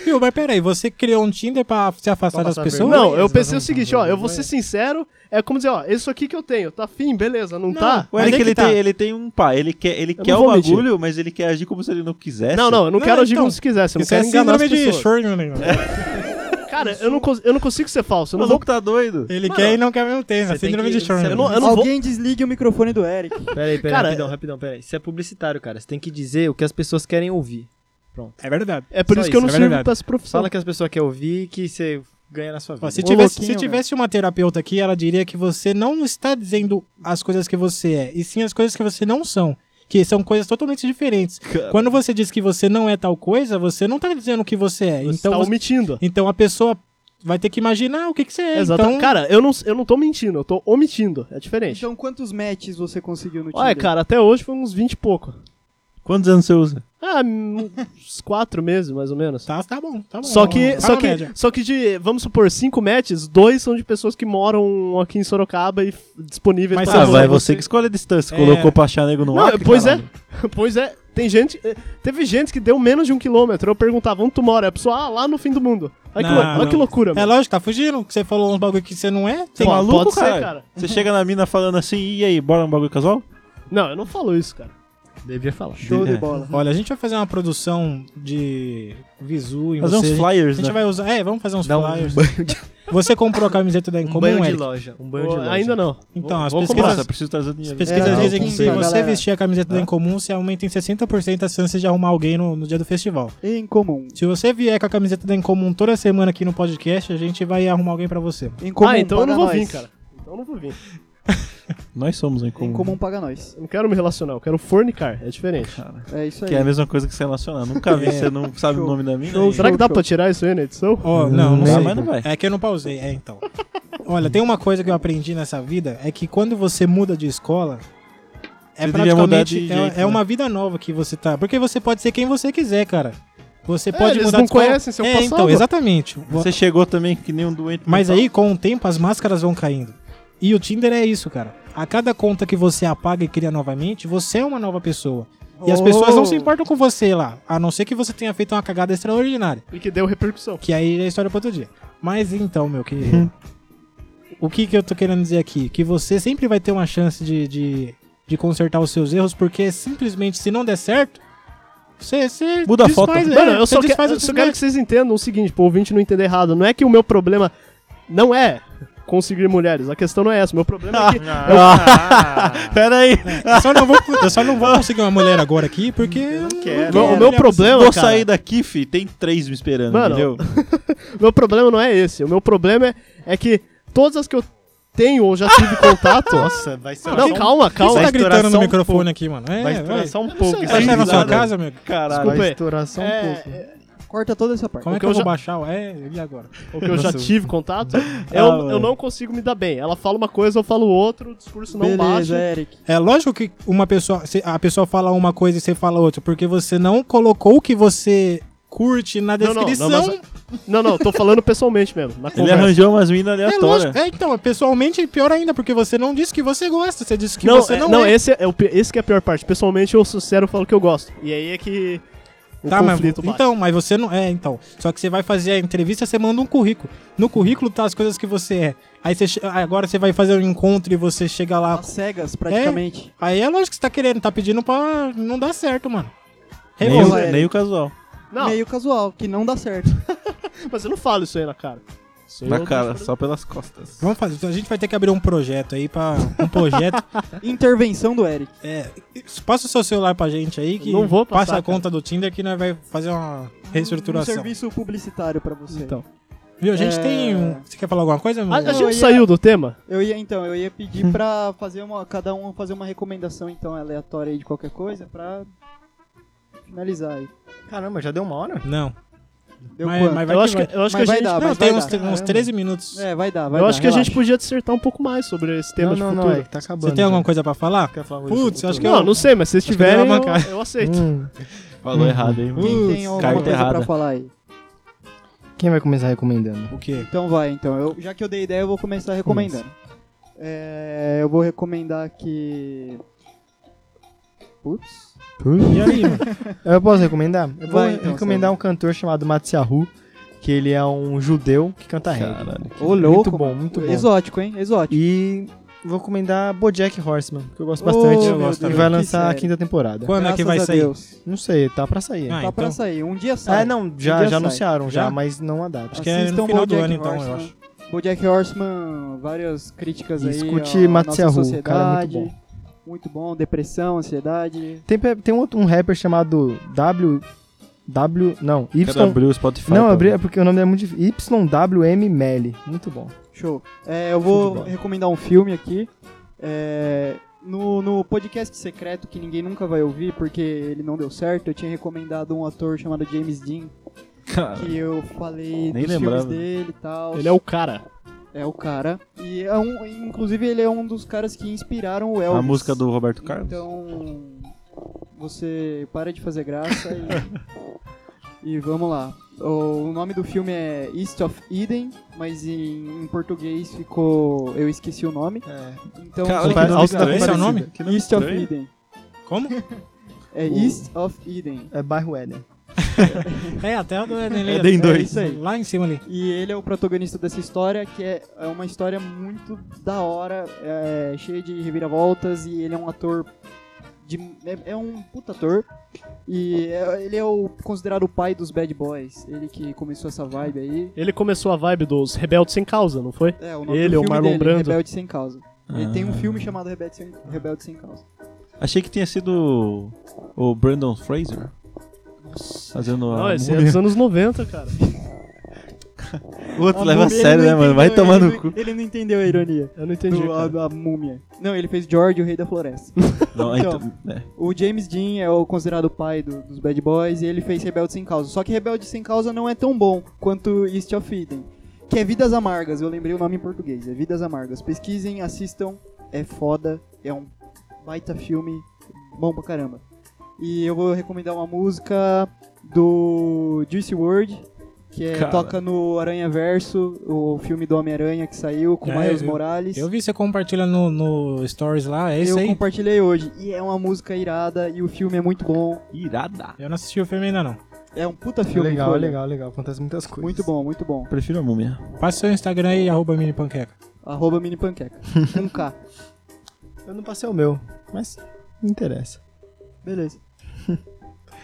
D: Viu, mas peraí, você criou um Tinder pra se afastar
F: Pra
D: das
F: passar
D: pessoas?
H: não, eu
F: exatamente,
H: pensei o seguinte, ó, eu vou ser
F: vergonha.
H: sincero, é como dizer, ó, isso aqui que eu tenho, tá fim, beleza, não, tá?
E: O Eric,
D: aí que
E: ele,
D: tá.
E: tem, ele tem um pá, ele quer, ele
H: não
E: quer o
H: vou mentir.
E: bagulho, mas ele quer agir como se ele não quisesse.
H: Não, não, eu
D: Não,
H: não, quero agir
D: então,
H: como se quisesse, eu não
D: Isso é
H: quero enganar as
D: síndrome de
H: pessoas.
D: Schrödinger. né?
H: Cara, eu não, cons- eu não consigo ser falso, eu
E: O
H: não vou...
E: maluco tá doido.
D: Ele
H: Mano,
D: quer e não quer ao mesmo tempo.
F: você
D: É
F: tem
D: síndrome
F: que-
D: de Schrödinger.
F: você não-
H: eu não vou-
G: Alguém desligue o microfone do Eric.
F: Peraí, peraí,
H: Cara,
F: rapidão, rapidão, peraí. Isso é publicitário, cara. Você tem que dizer o que as pessoas querem ouvir.
D: É verdade.
H: É por
F: Só
H: isso, que eu
F: isso,
H: não
D: é
H: sirvo
D: verdade.
H: pra essa profissão.
F: Fala o que as pessoas querem ouvir e que você ganha na sua vida.
D: Ó, se
G: Ô,
D: tivesse, se
G: louquinho,
D: tivesse uma terapeuta aqui, ela diria que você não está dizendo as coisas que você é, e sim as coisas que você não são. Que são coisas totalmente diferentes. Quando você diz que você não é tal coisa, você não está dizendo o que você é.
H: Você
D: então,
H: tá
D: você-
H: omitindo.
D: então a pessoa vai ter que imaginar o que, que você é.
H: Exato.
D: Então,
H: Cara, eu não, eu não tô mentindo, eu tô omitindo. É diferente.
G: Então, quantos matches você conseguiu no Tinder?
H: Olha, cara, até hoje foi uns 20 e pouco.
E: Quantos anos você usa?
H: Ah, uns 4 meses, mais ou menos.
D: tá, tá bom, tá bom.
H: Só que,
D: Tá
H: só,
D: na média.
H: que, só que de, vamos supor, cinco matches, dois são de pessoas que moram aqui em Sorocaba e f- disponíveis
D: Mas
H: pra
E: Ah,
D: sabe,
E: vai, você que escolhe a distância.
D: É.
E: Colocou pra achar nego no
H: Não,
E: ar.
H: pois é, *laughs* pois é. Tem gente. eh, Teve gente que deu menos de um quilômetro. Eu perguntava, onde tu mora? A pessoa, ah, lá no fim do mundo. Olha, que,
D: Não,
H: lou- olha
D: não.
H: que loucura,
D: É
H: mano.
D: lógico, tá fugindo. que Você falou uns bagulho que você não é. Tem
H: Pô,
E: maluco,
H: pode ser,
E: cara?
H: cara.
E: Você chega na mina falando assim, e aí, bora um bagulho casual?
H: Não, eu não falo isso, cara.
F: Devia falar.
G: Show
E: É.
G: de bola.
D: Olha, a gente vai fazer uma produção de visu em
E: Fazer
D: você.
E: uns
D: a
E: flyers,
D: gente
E: né?
D: vai usar. É, vamos fazer uns
F: Dá um
D: flyers.
F: banho de,
D: Você comprou a camiseta da
F: um
D: Incomum,
F: banho de
D: Eric?
F: loja. Um banho de
H: Eu-
F: loja.
H: ainda não.
D: Então, as
F: Vou
E: Nossa,
D: pesquisas,
E: preciso trazer dinheiro.
D: as pesquisas
G: Era
D: dizem que
G: alguém,
D: se
G: tá,
D: você
G: galera?
D: vestir a camiseta da Incomum, você aumenta em 60% a chance de arrumar alguém no, no dia do festival.
G: Em comum.
D: Se você vier com a camiseta da Incomum toda semana aqui no podcast, a gente vai arrumar alguém pra você.
G: Em comum
H: ah, então eu
G: paga
H: não vou
G: nós.
H: vir, cara. Então eu não vou vir.
E: Nós somos em
G: Em
E: comum.
G: comum paga nós.
H: Eu não quero me relacionar, eu quero fornicar, é diferente.
G: É isso aí.
E: Que é a mesma coisa que se relacionar. Nunca vi,
D: É.
E: você não sabe o nome da mina.
G: Show,
E: e-
H: Então, Será que dá
G: show.
H: pra tirar isso aí na edição?
D: Oh, não, não
E: Não,
D: sei.
E: mas não vai.
D: É que eu não pausei, é então. Olha, tem uma coisa que eu aprendi nessa vida, é que quando você muda de escola, é
E: Você devia mudar de
D: praticamente é,
E: jeito,
D: é
E: né?
D: uma vida nova que você tá. Porque você pode ser quem você quiser, cara. Você
H: É,
D: pode
H: eles
D: mudar
H: não
D: de escola.
H: conhecem seu
D: é,
H: passado.
D: então, exatamente.
E: Você chegou também que nem um doente.
D: Mas
H: Então-
E: mental.
D: aí, com o tempo, as máscaras vão caindo. E o Tinder é isso, cara. A cada conta que você apaga e cria novamente, você é uma nova pessoa. E as pessoas não se
H: Oh.
D: importam com você lá, a não ser que você tenha feito uma cagada extraordinária.
H: E que deu repercussão.
D: Que aí é história pra outro dia. Mas então, meu
H: *laughs*
D: querido. o que, que eu tô querendo dizer aqui? Que você sempre vai ter uma chance de, de, de consertar os seus erros, porque simplesmente se não der certo, você. você
E: Muda a foto.
D: desfaz- é,
H: Mano, eu
D: você
H: só, que-
D: desfaz o
H: eu só
D: desgaste.
H: quero que vocês entendam o seguinte, pro ouvinte não entender errado. Não é que o meu problema não é conseguir mulheres. A questão não é essa. O meu problema é
D: *laughs*
H: que...
F: Ah.
E: Pera aí.
D: Eu só não vou, eu só não vou conseguir uma mulher agora aqui,
H: *laughs*
D: porque. Eu não é
H: o
D: quero.
H: meu- o meu problema,
E: Vou
H: é, cara,
E: sair daqui, fi. Tem três me esperando,
H: Mano,
E: entendeu?
H: meu problema não é esse. O meu problema é, é que todas as que eu tenho ou já tive contato...
F: Nossa, vai ser
H: Não, calma,
D: Quem
H: calma.
D: você tá
F: vai estourar
D: gritando no
F: só um
D: microfone aqui, mano? É,
F: Vai
D: vai.
F: estourar só um pouco.
D: Tá achando na sua casa, meu?
E: Caralho.
H: Desculpa
F: Vai
H: aí.
F: estourar só um
H: É,
F: pouco.
G: Corta toda essa parte.
D: Como é que
H: eu
D: eu vou
H: já-
D: baixar? o- É, e agora?
H: o que eu já
F: Nossa.
H: tive contato,
E: Ah,
H: eu,
E: mano.
H: eu não consigo me dar bem. Ela fala uma coisa, eu falo outra, o discurso não
G: Beleza,
H: bate.
G: Eric.
D: É lógico que uma pessoa, se a pessoa fala uma coisa e você fala outra, porque você não colocou o que você curte na
H: Não, não,
D: descrição. É
H: não, mas- é Não, não, tô falando pessoalmente mesmo. Na
E: Ele
H: conversa.
E: arranjou umas minas
D: É
E: aleatórias.
D: lógico. É, então, pessoalmente pior ainda, porque você não disse que você gosta, você disse que
H: não,
D: você
H: é-
D: não,
H: não,
D: é.
H: esse é o pi- esse que é a pior parte. Pessoalmente, eu sou sincero, eu falo que eu gosto. E aí é que o
D: Tá, mas,
H: um conflito bate.
D: então, mas você não é, então. Só que você vai fazer a entrevista, você manda um currículo. No currículo tá as coisas que você é. Aí você che- agora você vai fazer um encontro e você chega lá
G: Às cegas, praticamente.
D: Aí é lógico que você tá querendo, tá pedindo pra não dar certo, mano.
E: Nem,
D: é Revolta.
G: Revolta,
E: o,
G: Eric.
E: nem o casual.
H: Não,
G: Meio casual, que não dá certo. *laughs*
H: mas eu não falo isso aí na cara. Isso aí
E: Na
H: eu-
E: cara, só pelas costas.
D: Vamos fazer, a gente vai ter que abrir um projeto aí pra. Um projeto.
G: Intervenção do Eric.
D: É, passa o seu celular pra gente aí que
H: Não vou passar,
D: passa a
H: cara.
D: conta do Tinder que nós vai fazer uma
G: Um
D: reestruturação.
G: serviço publicitário pra você.
H: Então.
D: Viu? A gente
G: É.
D: tem um. Você quer falar alguma coisa, meu?
H: A, a
G: Não,
H: gente
G: e
H: saiu do tema?
G: Eu ia então, eu ia pedir pra fazer uma, cada um fazer uma recomendação então aleatória aí de qualquer coisa pra finalizar aí.
F: Caramba, já deu uma hora?
D: Não.
G: Deu
D: mas,
G: quanto?
D: mas vai
H: Eu
D: que
H: acho
D: vai.
H: que, eu acho que
G: Mas
H: a
G: vai
H: gente,
G: dar,
D: Não,
G: mas
D: tem
G: vai
D: uns,
G: dar.
D: uns 13 minutos.
G: É, vai dar, vai
H: eu
G: dar,
H: acho que a gente
G: relaxa.
H: podia dissertar um pouco mais sobre esse tema
F: não,
H: de
F: não,
H: futuro.
F: não, é que tá acabando.
D: Você tem alguma coisa pra falar?
F: Quer falar
D: Putz, eu acho que
H: Não,
D: eu.
H: não sei, mas se vocês
D: é. Acho que eu dei
H: tiverem,
D: uma
H: eu, eu aceito.
E: Falou errado, hein?
G: Quem tem
D: Putz,
G: alguma
E: carta
G: coisa
E: errada.
G: pra falar aí?
F: Quem vai começar recomendando?
D: O quê?
G: Então vai, então. Eu, já que eu dei ideia, eu vou começar recomendando. É, eu vou recomendar que. Putz.
D: E aí, mano?
F: Eu posso recomendar? Eu vou
G: Vai, então,
F: recomendar
G: Sérgio.
F: um cantor chamado Matsiahu, que ele é um judeu que canta reggae.
E: Caralho.
G: Ô, louco.
F: bom,
G: mano.
F: muito bom.
G: Exótico, hein? Exótico.
F: E vou recomendar Bojack Horseman, que eu gosto
G: Ô,
F: bastante.
G: meu
D: gosto
F: e
D: também.
F: vai
G: que
F: lançar a
G: série.
F: quinta temporada.
D: Quando é que
G: Graças
D: vai
G: a
D: sair?
G: Deus.
F: Não sei, tá pra sair.
D: Ah,
G: tá pra
D: então.
G: sair. Um dia sai.
F: Ah, não, já,
G: dia
F: já
G: sai.
F: anunciaram já,
D: Já?
F: mas não a data.
D: Acho que é no
G: Assistam
D: final do
G: BoJack
D: ano, então, eu
G: Horseman.
D: acho.
G: BoJack Horseman, várias críticas
F: E
G: aí.
F: escute
G: à
F: Matsyahu,
G: nossa
F: cara, é
G: sociedade.
F: muito bom.
G: Muito bom, depressão, ansiedade.
F: Tem, pe- tem um, outro, um rapper chamado W. W. Não,
D: é
E: Quero
F: Y.
E: abrir o Spotify.
F: Não,
E: pra-
F: abri, é porque o nome é muito difícil. YWM Melly. Muito bom.
G: Show. É, eu
F: Show de
G: vou
F: bola.
G: recomendar um filme aqui. É, no, no podcast secreto que ninguém nunca vai ouvir porque ele não deu certo, eu tinha recomendado um ator chamado James Dean,
E: Cara,
G: que eu falei
E: Nem
G: dos
E: lembrava.
G: filmes dele e tal.
H: Ele é o cara.
G: É o cara. E é um, inclusive ele é um dos caras que inspiraram o Elvis.
E: A música do Roberto Carlos.
G: Então, você para de fazer graça
E: *laughs*
G: e, e vamos lá. O, o nome do filme é East of Eden, mas em, em português ficou. Eu esqueci o nome. Então,
E: Cara,
F: Compa-
E: que nome
F: Alça
E: estranho.
F: da
D: Esse é o
F: Compadecida.
D: nome?
E: Que nome
G: East of
E: estranho.
G: Eden.
D: Como?
G: *laughs* É East of Eden.
F: É bairro Éden.
D: É, até o do Eden ali,
E: É Eden
D: ó.
E: dois.
D: isso aí. Lá em cima ali.
G: E ele é o protagonista dessa história, que é, é uma história muito da hora, é, cheia de reviravoltas, e ele é um ator. De, é, é um puta ator. E é- ele é o considerado o pai dos bad boys. Ele que começou essa vibe aí.
H: Ele começou a vibe dos Rebeldes Sem Causa, não foi?
G: É, o nome
H: Ele,
G: do
H: o
G: filme
H: Marlon
G: dele,
H: Brando.
G: Rebelde Sem Causa. Ele tem um
E: Ah.
G: filme chamado Rebelde Sem, Rebelde Sem Causa.
E: Achei que tinha sido o Brandon Fraser. Fazendo a
H: Não, esse é
E: *laughs* múmia.
H: dos anos 90, cara.
E: O outro
G: A
E: leva a
G: múmia, ele
E: sério,
G: não
E: né, mano? Vai
G: entendeu,
E: tomar
G: ele
E: no
G: não- *laughs*
E: cu.
G: Ele não entendeu a ironia.
H: Eu não entendi.
G: Do, a,
H: cara.
G: da múmia. Não, ele fez George, o Rei da Floresta.
E: Não,
G: Então.
E: então, é.
G: O James Dean é o considerado pai do- dos Bad Boys e ele fez Rebelde Sem Causa. Só que Rebelde Sem Causa não é tão bom quanto East of Eden. Que é Vidas Amargas, eu lembrei o nome em português. É Vidas Amargas. Pesquisem, assistam, é foda, é um baita filme, bom pra caramba. E eu vou recomendar uma música do Juicy WRLD, que é-
E: Cara.
G: toca no Aranha Verso, o filme do Homem-Aranha que saiu com
D: É,
G: Miles
D: eu-
G: Morales.
D: Eu vi você compartilhando no, no Stories lá, é isso
G: eu
D: aí?
G: compartilhei hoje. E é uma música irada e o filme é muito bom.
E: Irada.
D: Eu não assisti o filme ainda não.
G: É um puta
F: É
G: filme.
F: legal, é
G: foi.
F: legal, é legal. Acontece muitas coisas.
G: Muito bom, muito bom.
E: Prefiro a múmia.
D: Passa seu Instagram aí, arroba mini panqueca.
G: Arroba mini
F: *laughs*
G: panqueca. Um K.
F: Eu não passei o meu, mas não interessa.
G: Beleza.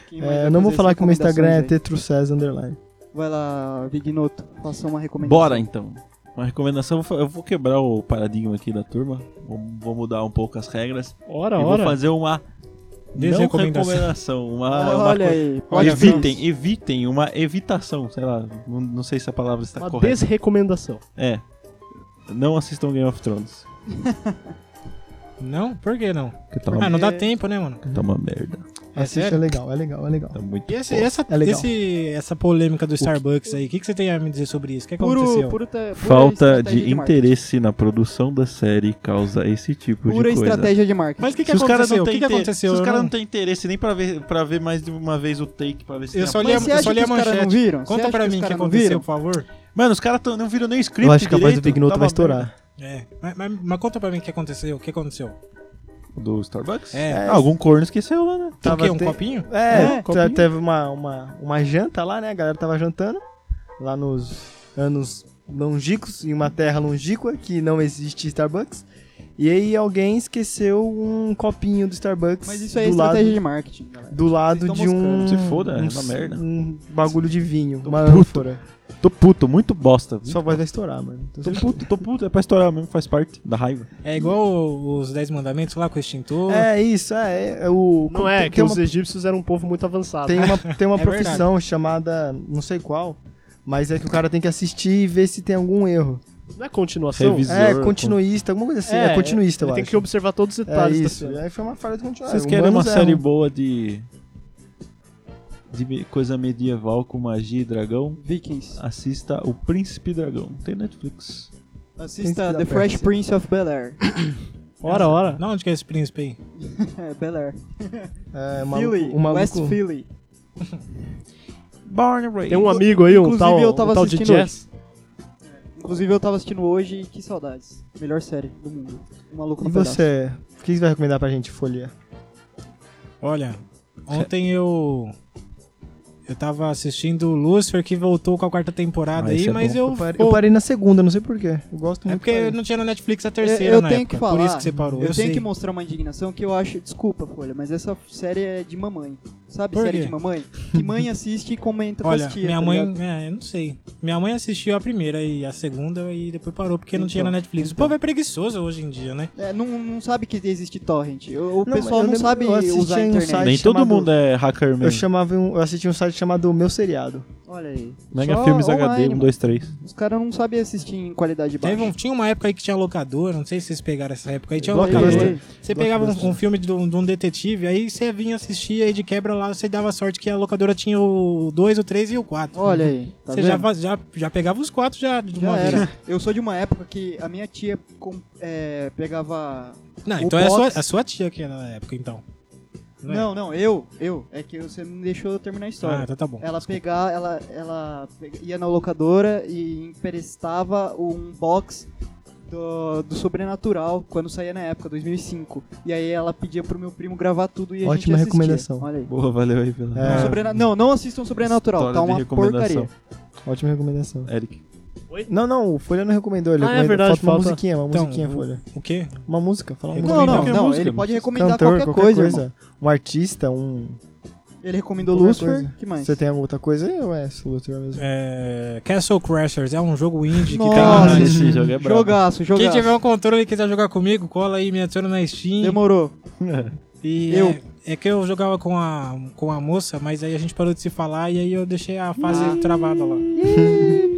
G: Quem mais
F: É,
G: vai
F: eu não vou
G: fazer
F: falar
G: as
F: que o meu Instagram é
G: recomendações aí?
F: tetrucés underline.
G: Vai lá, Vignoto, faça uma recomendação.
E: Bora então. Uma recomendação, eu vou- eu vou quebrar o paradigma aqui da turma. Vou, vou mudar um pouco as regras.
H: Ora,
E: e
H: ora.
E: vou fazer uma não
D: Desrecomendação.
E: recomendação. Uma, uma
G: Ah, Olha
E: coisa-
G: aí, pode
E: evitem, evitem, uma evitação, sei lá, não, não sei se a palavra está
H: Uma
E: correta.
H: desrecomendação.
E: É. Não assistam Game of Thrones.
D: Não? Por que não?
E: Que tá
D: Ah,
E: uma,
D: não dá tempo, né, mano?
E: tá uma merda.
D: É
F: Assista,
D: sério?
F: é legal, é legal, é legal.
E: Tá muito
D: E esse-
E: bom.
D: essa,
F: é legal.
D: esse- essa polêmica do Starbucks aí, o que, que você tem a me dizer sobre isso? O que
G: Puro,
D: aconteceu?
G: puro te- pura
E: Falta
G: estratégia
E: de
G: marketing.
E: interesse na produção da série causa esse tipo
G: Pura
E: de coisa.
G: estratégia de marketing.
D: Mas o que, que
E: Se os caras
D: aconteceu?
E: não
D: O que,
E: têm
D: que
E: inter-
D: aconteceu?
E: se os
D: Eu
E: caras
D: não-
E: não têm interesse nem pra ver, pra ver mais de uma vez o take, pra ver se
D: Eu
E: tem
D: só
E: a-
D: li a,
G: Mas você
D: eu só
G: acha
D: li a
G: que os caras
D: manchete.
G: não viram? Você
D: Conta
G: acha
D: pra
G: que os
D: mim o que
G: caras não
D: aconteceu,
G: viram?
D: por favor.
E: Mano, os caras tão- não viram nem o script
F: Eu acho que a voz do
E: direito,
F: Big Noto
E: tá
F: vai
E: uma merda.
F: estourar.
D: É, mas, mas- mas conta pra mim o que aconteceu. O que aconteceu?
E: Do Starbucks?
D: É.
E: Ah, algum corno esqueceu lá, né?
D: Tem o quê? Um
F: te-
D: copinho?
F: É,
G: É,
F: te- teve uma, uma, uma janta lá, né? A galera tava jantando lá nos anos longínquos, em uma terra longínqua que não existe Starbucks. E aí alguém esqueceu um copinho do Starbucks
G: Mas isso aí é
F: do
G: estratégia
F: lado,
G: de marketing, galera.
F: do lado
G: Vocês
F: de
G: tão
F: um,
E: Se foda, é
F: um,
E: uma
F: s-
E: merda.
F: um bagulho de vinho, uma
E: puto.
F: ânfora.
E: Tô puto, muito bosta.
F: Sua voz vai estourar, mano. Então,
E: Tô puto, tô puto. É pra estourar mesmo, faz parte da raiva.
D: É igual os 10 mandamentos lá com o extintor.
F: É isso, é, é o
H: Não é,
F: tem
H: que
F: uma-
H: os egípcios eram um povo muito avançado.
F: Tem uma, tem *laughs* uma
D: É
F: profissão chamada, não sei qual, mas é que o cara tem que assistir e ver se tem algum erro.
H: Não é continuação?
E: Revisão.
F: É,
E: Visor,
F: continuista, alguma coisa assim. É, continuista, eu
H: ele
F: acho.
H: tem que observar todos os
F: é
H: detalhes da
F: isso.
H: cena.
F: Aí foi uma falha de continuista.
E: Vocês querem
F: é
E: uma série
F: um-
E: boa de. de me- coisa medieval com magia e dragão?
G: Vikings.
E: Assista O Príncipe Dragão. Tem Netflix.
G: Assista
F: da
G: The Fresh
F: Pérsia.
G: Prince of Bel-Air. *laughs*
H: Ora, ora.
D: Não, onde que é esse príncipe aí?
G: é, Bel-Air.
F: É, uma,
G: Philly,
F: uma
G: West Philly.
E: Born and Raised.
H: Tem um amigo aí, um
G: Inclusive,
H: tal,
G: eu tava
H: um tal de
G: assistindo
H: jazz.
G: Inclusive eu tava assistindo hoje e que saudades. Melhor série do mundo. O maluco
F: E
G: no pedaço.
F: você, o que você vai recomendar pra gente folhear?
D: Olha, ontem eu. Eu tava assistindo o Lucifer que voltou com a quarta temporada
E: Ah,
D: aí,
E: isso é
D: mas
E: bom.
D: eu.
F: Eu parei,
D: pô,
F: eu parei na segunda, não sei porquê. Eu gosto
D: é
F: muito.
D: porque
F: parei.
D: não tinha na Netflix a
G: Eu-
D: terceira,
G: eu
D: na
G: tenho
D: época,
G: que falar.
D: Por isso que você parou.
G: Eu,
D: Eu,
G: tenho
D: sei.
G: que mostrar uma indignação que eu acho. Desculpa, Folha, mas essa série é de mamãe. Sabe
D: Por
G: série
D: quê?
G: de mamãe? Que mãe assiste e comenta com
D: Olha,
G: as tias,
D: minha
G: tá
D: mãe.
G: ligado?
D: É, eu não sei. Minha mãe assistiu a primeira e a segunda e depois parou porque não
G: Então,
D: tinha na Netflix. O povo é preguiçoso hoje em dia, né?
G: É, não, não sabe que existe torrent. O, o
F: Não,
G: pessoal
F: eu
G: não
F: lembro-
G: sabe
F: eu assisti
G: usar a
F: em um
G: internet.
F: site-
E: Nem todo
F: chamado-
E: mundo é hacker
F: Eu,
E: mesmo.
F: chamava, um- eu assisti um site chamado Meu Seriado.
G: Olha aí.
E: Mega
G: Só
E: Filmes um,
G: online,
E: HD 1,
G: mano.
E: 2, 3.
G: Os caras não sabem assistir em qualidade baixa.
D: Teve um- tinha uma época aí que tinha locadora, não sei se vocês pegaram essa época aí, tinha
F: Blockbuster.
D: locadora.
G: Ei,
D: Você pegava um, um filme de um, de um detetive, aí você vinha assistir aí de quebra lá, você dava sorte que a locadora tinha o 2, o 3 e o 4.
G: Olha aí. Tá
D: um você
G: vendo?
D: já, faz- já, já pegava os quatro já de
G: Já
D: uma vez.
G: era. Eu sou de uma época que a minha tia com- é, pegava.
D: Não,
G: O
D: então é a sua,
G: box-
D: a sua tia que era na época, então. Não é?
G: Não, não, eu, eu. É que você não deixou eu terminar a história.
D: Ah, então tá bom.
G: Ela pegava, ela, ela pega- ia na locadora e emprestava um box do, do Sobrenatural quando saía na época, 2005. E aí ela pedia pro meu primo gravar tudo e a
F: Ótima
G: gente assistia.
F: recomendação.
G: Olha aí.
E: Boa, valeu aí pela.
F: É.
G: Sobrena- Não, não assistam Sobrenatural,
E: História
G: tá
E: de
G: uma
E: recomendação.
G: porcaria.
F: Ótima recomendação.
E: Eric.
F: Não, não, o Folha não recomendou. Ele
H: Ah, é
F: recomendou-
H: verdade,
F: falta uma
H: falta-
F: musiquinha, uma
D: Então,
F: musiquinha,
D: o-
F: Folha.
D: O quê?
F: Uma música, fala uma música.
G: Não, não,
E: Qualquer
G: não,
E: música,
G: ele
E: mano.
G: pode recomendar qualquer, coisa, irmão.
F: Um artista, um.
G: Ele recomendou
F: Qualquer
G: Lucifer,
F: coisa.
G: que mais?
F: Você tem alguma outra coisa aí ou é esse Luther
E: *laughs*
F: mesmo?
D: É, Castle Crashers é um jogo indie que tem
G: Nossa,
D: na
E: Caralho,
D: Steam.
E: esse jogo é brabo.
G: Jogaço,
D: Quem
G: jogaço.
D: tiver um controle e quiser jogar comigo, cola aí, me adiciona na Steam.
G: Demorou.
D: E
G: Eu.
D: É, é que eu jogava com a, com a moça, mas aí a gente parou de se falar e aí eu deixei a fase travada lá.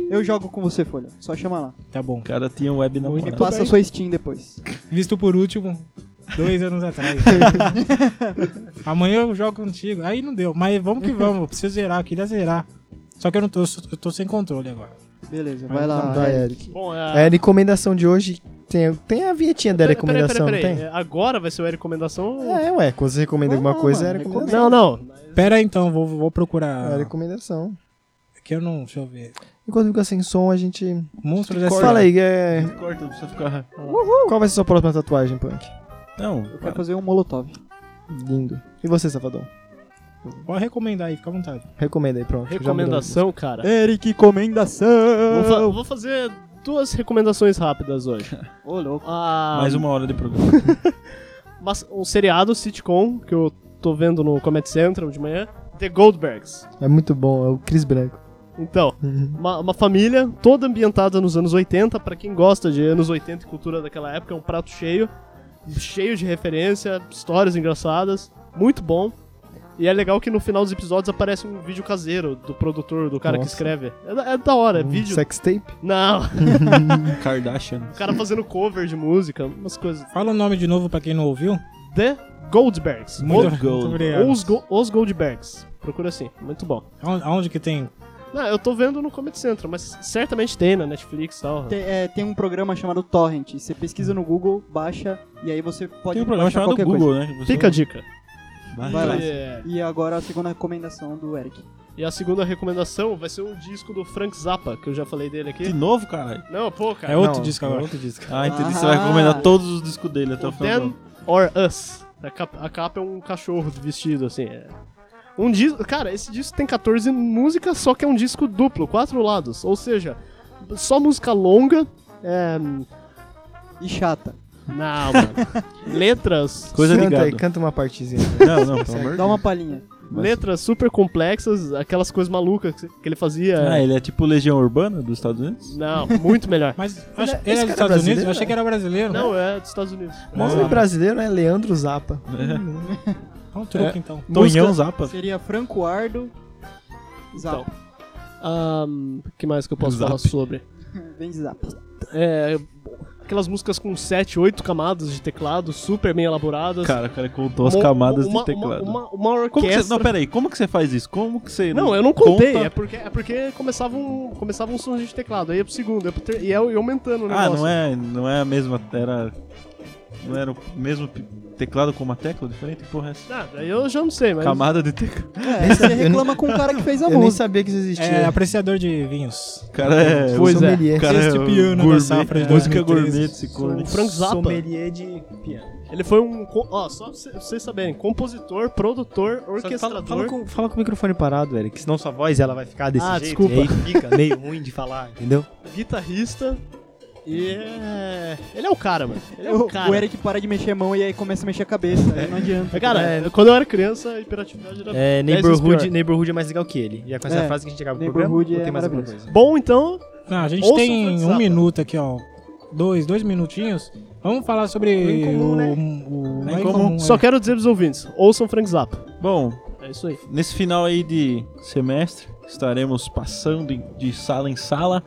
G: Eu jogo com você, Folha. Só chama lá.
D: Tá bom.
E: O cara tinha um web na
G: Me
E: moral.
G: passa a sua Steam depois.
D: Visto por último, dois anos
F: *laughs*
D: atrás. Amanhã eu jogo contigo. Aí não deu. Mas vamos que vamos. Eu preciso zerar, eu queria zerar. Só que eu não tô, eu sou- eu tô sem controle agora.
G: Beleza, vai lá.
F: Vamos lá,
G: Eric.
F: Eric.
H: Bom, é-
F: É, A recomendação de hoje tem, tem a vinhetinha da recomendação, não
H: peraí, peraí, peraí. Agora vai ser a recomendação?
F: tem? É, ué, quando você recomenda alguma
G: Não,
F: coisa, é a
G: mano,
F: recomendação.
H: Não, não.
D: Pera aí, então, vou, vou
F: É
E: Ah.
F: a
D: procurar.
F: recomendação.
D: Que eu não. Deixa eu ver.
F: Enquanto fica sem som, a gente.
D: Monstros S.A.
F: Fala aí, é...
E: Corta, não precisa ficar.
F: qual vai ser sua próxima tatuagem, Punk?
E: Não,
G: Eu quero fazer um molotov.
F: Lindo. E você, Safadão?
D: Pode recomendar aí, fica à vontade.
F: Recomenda aí, pronto. já mudou.
H: Recomendação, cara.
G: Eric, comendação!
H: Vou, fa- vou fazer duas recomendações
E: *laughs*
H: rápidas hoje.
G: Ô, louco.
H: Ah,
E: mais uma hora de programa.
H: mas um seriado sitcom que eu tô vendo no Comedy Central de manhã, The Goldbergs.
F: É muito bom, é o Cris Branco.
H: Então, uma, uma família toda ambientada nos anos 80, pra quem gosta de anos 80 e cultura daquela época, é um prato cheio, cheio de referência, histórias engraçadas, muito bom. E é legal que no final dos episódios aparece um vídeo caseiro do produtor, do cara que
F: Nossa. Hum,
H: escreve. É, da- é da hora, é
F: Um
H: vídeo.
F: Sextape?
H: Não,
E: *laughs* Kardashian.
H: o cara fazendo cover de música, umas coisas.
D: Fala o nome de novo pra quem não ouviu.
H: The Goldbergs.
D: Muito,
H: Ou-
E: Gold.
D: muito obrigado.
H: ou Os, Go- os Goldbergs. Procura assim, muito bom.
D: Aonde, aonde que tem?
H: Não, eu tô vendo no Comedy Central, mas certamente tem na Netflix e tal.
G: Tem, é, tem um programa chamado Torrent. Você pesquisa no Google, baixa e aí você pode
E: Tem um programa
G: baixar
E: chamado
G: qualquer
E: Google,
G: coisa.
E: né? que você-
H: Fica a dica.
E: Vai,
G: Vai lá.
E: lá.
H: É,
G: E agora a segunda recomendação do Eric.
H: E a segunda recomendação vai ser o disco do Frank Zappa, que eu já falei dele
E: De
H: aqui.
E: novo, caralho.
H: Não, pô,
D: É
H: cara.
D: outro
F: Não,
D: disco
F: é
D: agora.
F: Outro disco.
E: Ah, entendi. Você
G: Ah.
E: vai recomendar todos os discos dele até o
H: O
E: final. do
H: Them *laughs*
E: ano.
H: or Us. A capa, a capa é um cachorro vestido, assim. é. Um disco. Cara, esse disco tem 14 músicas, só que é um disco duplo, quatro lados. Ou seja, só música longa. É.
G: E chata.
H: Não, mano. Letras.
E: Coisa
F: canta
E: ligada.
F: aí, canta uma partezinha.
E: Não, não, pelo amor de
G: Dá uma palhinha.
E: Mas-
H: Letras super complexas, aquelas coisas malucas que que ele fazia.
E: Ah, ele é tipo Legião Urbana dos Estados Unidos?
H: Não, muito melhor.
D: Mas eu acho,
F: Esse
D: ele é
F: cara
D: dos
F: é
D: Estados Unidos?
F: brasileiro,
D: Eu achei que era brasileiro.
H: Não, é dos Estados Unidos.
F: O nome
D: Ah,
F: brasileiro é Leandro Zappa.
D: É um truque, então.
E: Tonhão Zappa.
G: Seria Franco Ardo. Zap.
H: Ahn, O que mais que eu posso
E: Zap.
H: falar sobre?
G: *laughs* Vem de zap.
H: É, aquelas músicas com 7, 8 camadas de teclado, super bem elaboradas.
E: Cara, o cara contou as
H: Uma-
E: camadas
H: uma-
E: de teclado.
H: Uma, uma, uma
E: Como que
H: orquestra.
E: você, não, peraí, como que você faz isso? Como que você.
H: Não, eu não contei,
E: conta-
H: é porque, é porque começava, um, começava um sonzinho de teclado, aí ia pro segundo, ia pro ter, e ia ia aumentando o
E: Ah,
H: negócio.
E: não é, não é a mesma. Era. Não era o mesmo p- teclado com uma tecla diferente? Que Porra, é essa?
H: Ah, daí eu já não sei, mas...
E: Camada de teclado.
G: É, você reclama com o cara que fez a
F: Eu nem
G: música.
F: sabia que isso existia.
D: É apreciador de vinhos.
E: O cara é.
F: Pois
E: o
F: é.
E: sommelier. O cara é
D: Sexto
E: o
D: piano da
E: gourmet, né?
D: safra de
E: Música
D: 2013.
E: gourmet desse corno.
H: O Frank Zappa,
F: Sommelier de piano.
H: ele foi um... co- Ó, só pra cê- vocês saberem, compositor, produtor,
F: Fala,
H: orquestrador...
F: fala com, fala com o microfone parado, Eric, senão sua voz ela vai ficar desse
H: Ah,
F: jeito.
H: desculpa.
F: E aí fica meio ruim de falar, entendeu?
H: *laughs* guitarrista. E é... Ele é o cara, mano. Ele é o
G: O-
H: cara.
G: o Eric para de mexer a mão e aí começa a mexer a cabeça. Aí não adianta.
H: Cara,
F: É.
H: quando eu era criança, a hiperatividade era...
F: É,
H: Dez vezes
F: neighborhood,
H: pior.
F: neighborhood é mais legal que ele. E é com essa
G: É,
F: frase que a gente acaba o programa.
G: Neighborhood
F: ou
G: é
F: tem mais alguma
G: maravilhoso.
F: coisa?
H: Bom, então,
D: Não, a gente
H: Ouça o
D: tem
H: Frank
D: um
H: Zappa.
D: minuto aqui, ó. Dois, dois minutinhos. Vamos falar sobre
F: Bem comum,
D: o,
F: né?
D: o-
E: Bem
D: bem
E: comum.
D: comum,
H: só
D: é.
H: quero dizer pros ouvintes, ouçam Frank Zappa.
E: Bom,
H: É isso aí.
E: nesse final aí de semestre, estaremos passando em- de sala em sala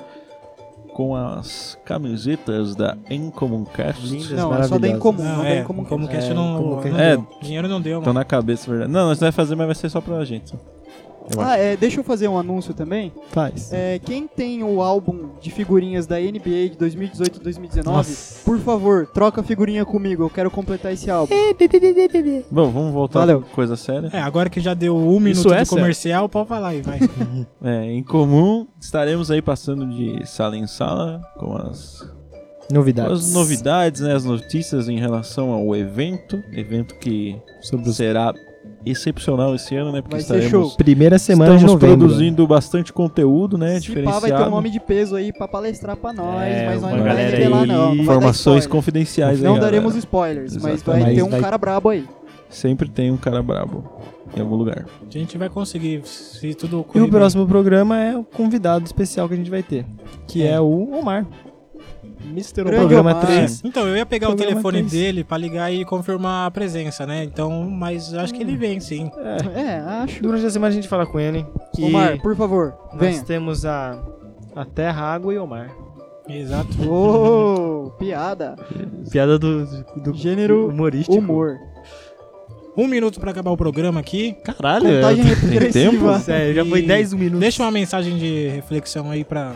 E: com as camisetas da Encomuncast.
F: Lindas,
G: Não, é só
F: maravilhosas.
G: bem comum.
D: Não,
G: Não,
D: é,
G: bem comum.
D: como
G: que-
D: cast
F: É,
D: não,
F: como
D: não
F: cast-
E: É.
D: deu. dinheiro não deu,
E: Estão
D: mano.
E: na cabeça, verdade. Não, nós vai fazer, mas vai ser só pra gente.
G: Ah, é, deixa eu fazer um anúncio também.
F: Faz.
G: É, quem tem o álbum de figurinhas da NBA de 2018 e 2019,
F: Nossa.
G: por favor, troca a figurinha comigo. Eu quero completar esse álbum.
E: Bom, vamos voltar
G: Valeu.
E: pra coisa séria.
D: É, agora que já deu um
H: Isso
D: minuto
H: é
D: de
H: sério.
D: comercial, pode falar aí, vai.
E: É, em comum, estaremos aí passando de sala em sala com as, com
F: Novidades.
E: as novidades, né, as notícias em relação ao evento. Evento que
F: Sobre os...
E: será excepcional esse ano, né? Porque
G: Vai ser
E: estaremos,
G: show.
F: Primeira semana
E: estamos
F: de novembro.
E: produzindo bastante conteúdo, né?
G: né? Se pá,
E: diferenciado.
G: vai ter um homem de peso aí pra palestrar pra nós,
F: É,
G: mas nós
F: uma
G: não vai
F: galera
G: revelar
F: aí,
G: não. não vai dar
E: Informações
G: spoiler.
E: confidenciais aí,
G: Não
E: galera.
G: daremos spoilers, mas vai
F: Exatamente.
G: ter um
F: Vai-
G: cara brabo aí.
E: Sempre tem um cara brabo em algum
G: *laughs*
E: lugar.
D: A gente vai conseguir, se tudo
F: E
D: correr
F: o
D: bem.
F: próximo programa é o convidado especial que a gente vai ter, que é, o Omar.
H: Mr.
G: Grande
H: Obama.
F: programa
G: Omar.
D: É,
F: 3.
D: então, eu ia pegar o
F: Programa
D: telefone
F: três.
D: dele pra ligar e confirmar a presença, né? Então, mas acho que ele vem, sim.
G: É, acho.
F: Durante a semana a gente fala com ele. Que
G: Omar, por favor,
F: nós
G: venha.
F: temos a, a terra, a água e o mar.
D: Exato.
G: Ô, piada.
F: Piada do, do
G: Gênero
F: humorístico.
G: Humor.
D: Um minuto pra acabar o programa aqui.
F: Caralho.
G: Contagem regressiva.
E: tempo?
F: Sério, já foi
D: E
F: 10 minutos.
D: Deixa uma mensagem de reflexão aí pra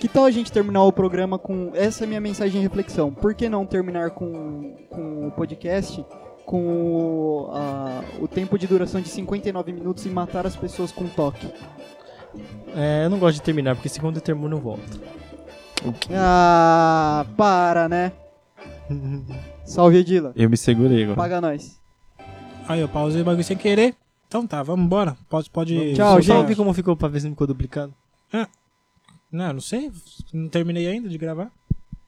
G: Que tal a gente terminar o programa com essa é minha mensagem de reflexão? Por que não terminar com, com o podcast com o, a- o tempo de duração de 59 minutos e matar as pessoas com toque?
F: É, eu não gosto de terminar, porque se quando eu termino eu volto.
G: Ah,
D: *laughs*
G: para, né? Salve Edila,
E: Eu me segurei agora.
G: paga nós.
D: Aí eu pausei o bagulho sem querer. Então tá, vamos embora. Pode, pode.
G: Tchau,
F: Só- Só
G: gente.
F: ouvir como ficou pra ver se não ficou duplicado.
D: Não, não sei. Não terminei ainda de gravar.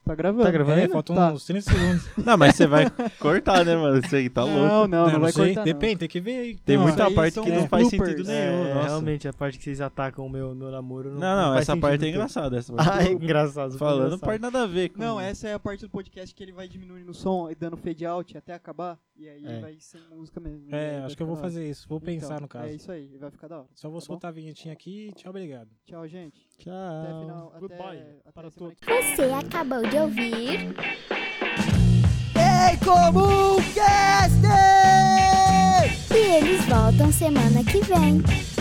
G: Tá gravando?
F: Tá gravando
D: É,
F: ainda?
D: faltam
G: Tá.
D: uns 30 segundos.
E: Não, mas você vai cortar, né, mano? Você tá
G: Não,
E: louco.
G: não, não,
D: Eu
G: vai
D: sei.
G: cortar. não.
D: Depende, tem que ver aí.
E: Tem
D: Não,
E: muita
G: aí
E: parte
G: são
E: que não
G: é,
E: faz
G: bloopers.
E: sentido
F: É,
E: nenhum. nossa.
F: realmente, a parte que vocês atacam o meu, meu namoro.
E: Não, não,
F: faz
E: essa
F: sentido
E: parte é
F: ter.
H: *laughs*
E: engraçado.
F: *laughs*
E: Essa parte.
F: Ah, é engraçado. foi
E: Falando,
F: engraçado.
E: parte nada a ver. Com...
G: Não, essa é a parte do podcast que ele vai diminuindo o som e dando fade out até acabar. E aí
F: É.
G: vai sem música mesmo. E aí
D: É,
G: vai
D: acho que eu
G: ficar
D: vou
G: da hora.
D: fazer isso. Vou pensar
G: Então,
D: no caso.
G: É isso aí, vai ficar da hora.
D: Só vou
G: Tá bom?
D: soltar a vinhetinha aqui e tchau, obrigado.
G: Tchau, gente. Até
F: Tchau.
G: final. até-
H: Goodbye
G: até
H: para
G: semana que-
J: Você acabou de ouvir
K: Em Comum Cast!
J: e eles voltam semana que vem.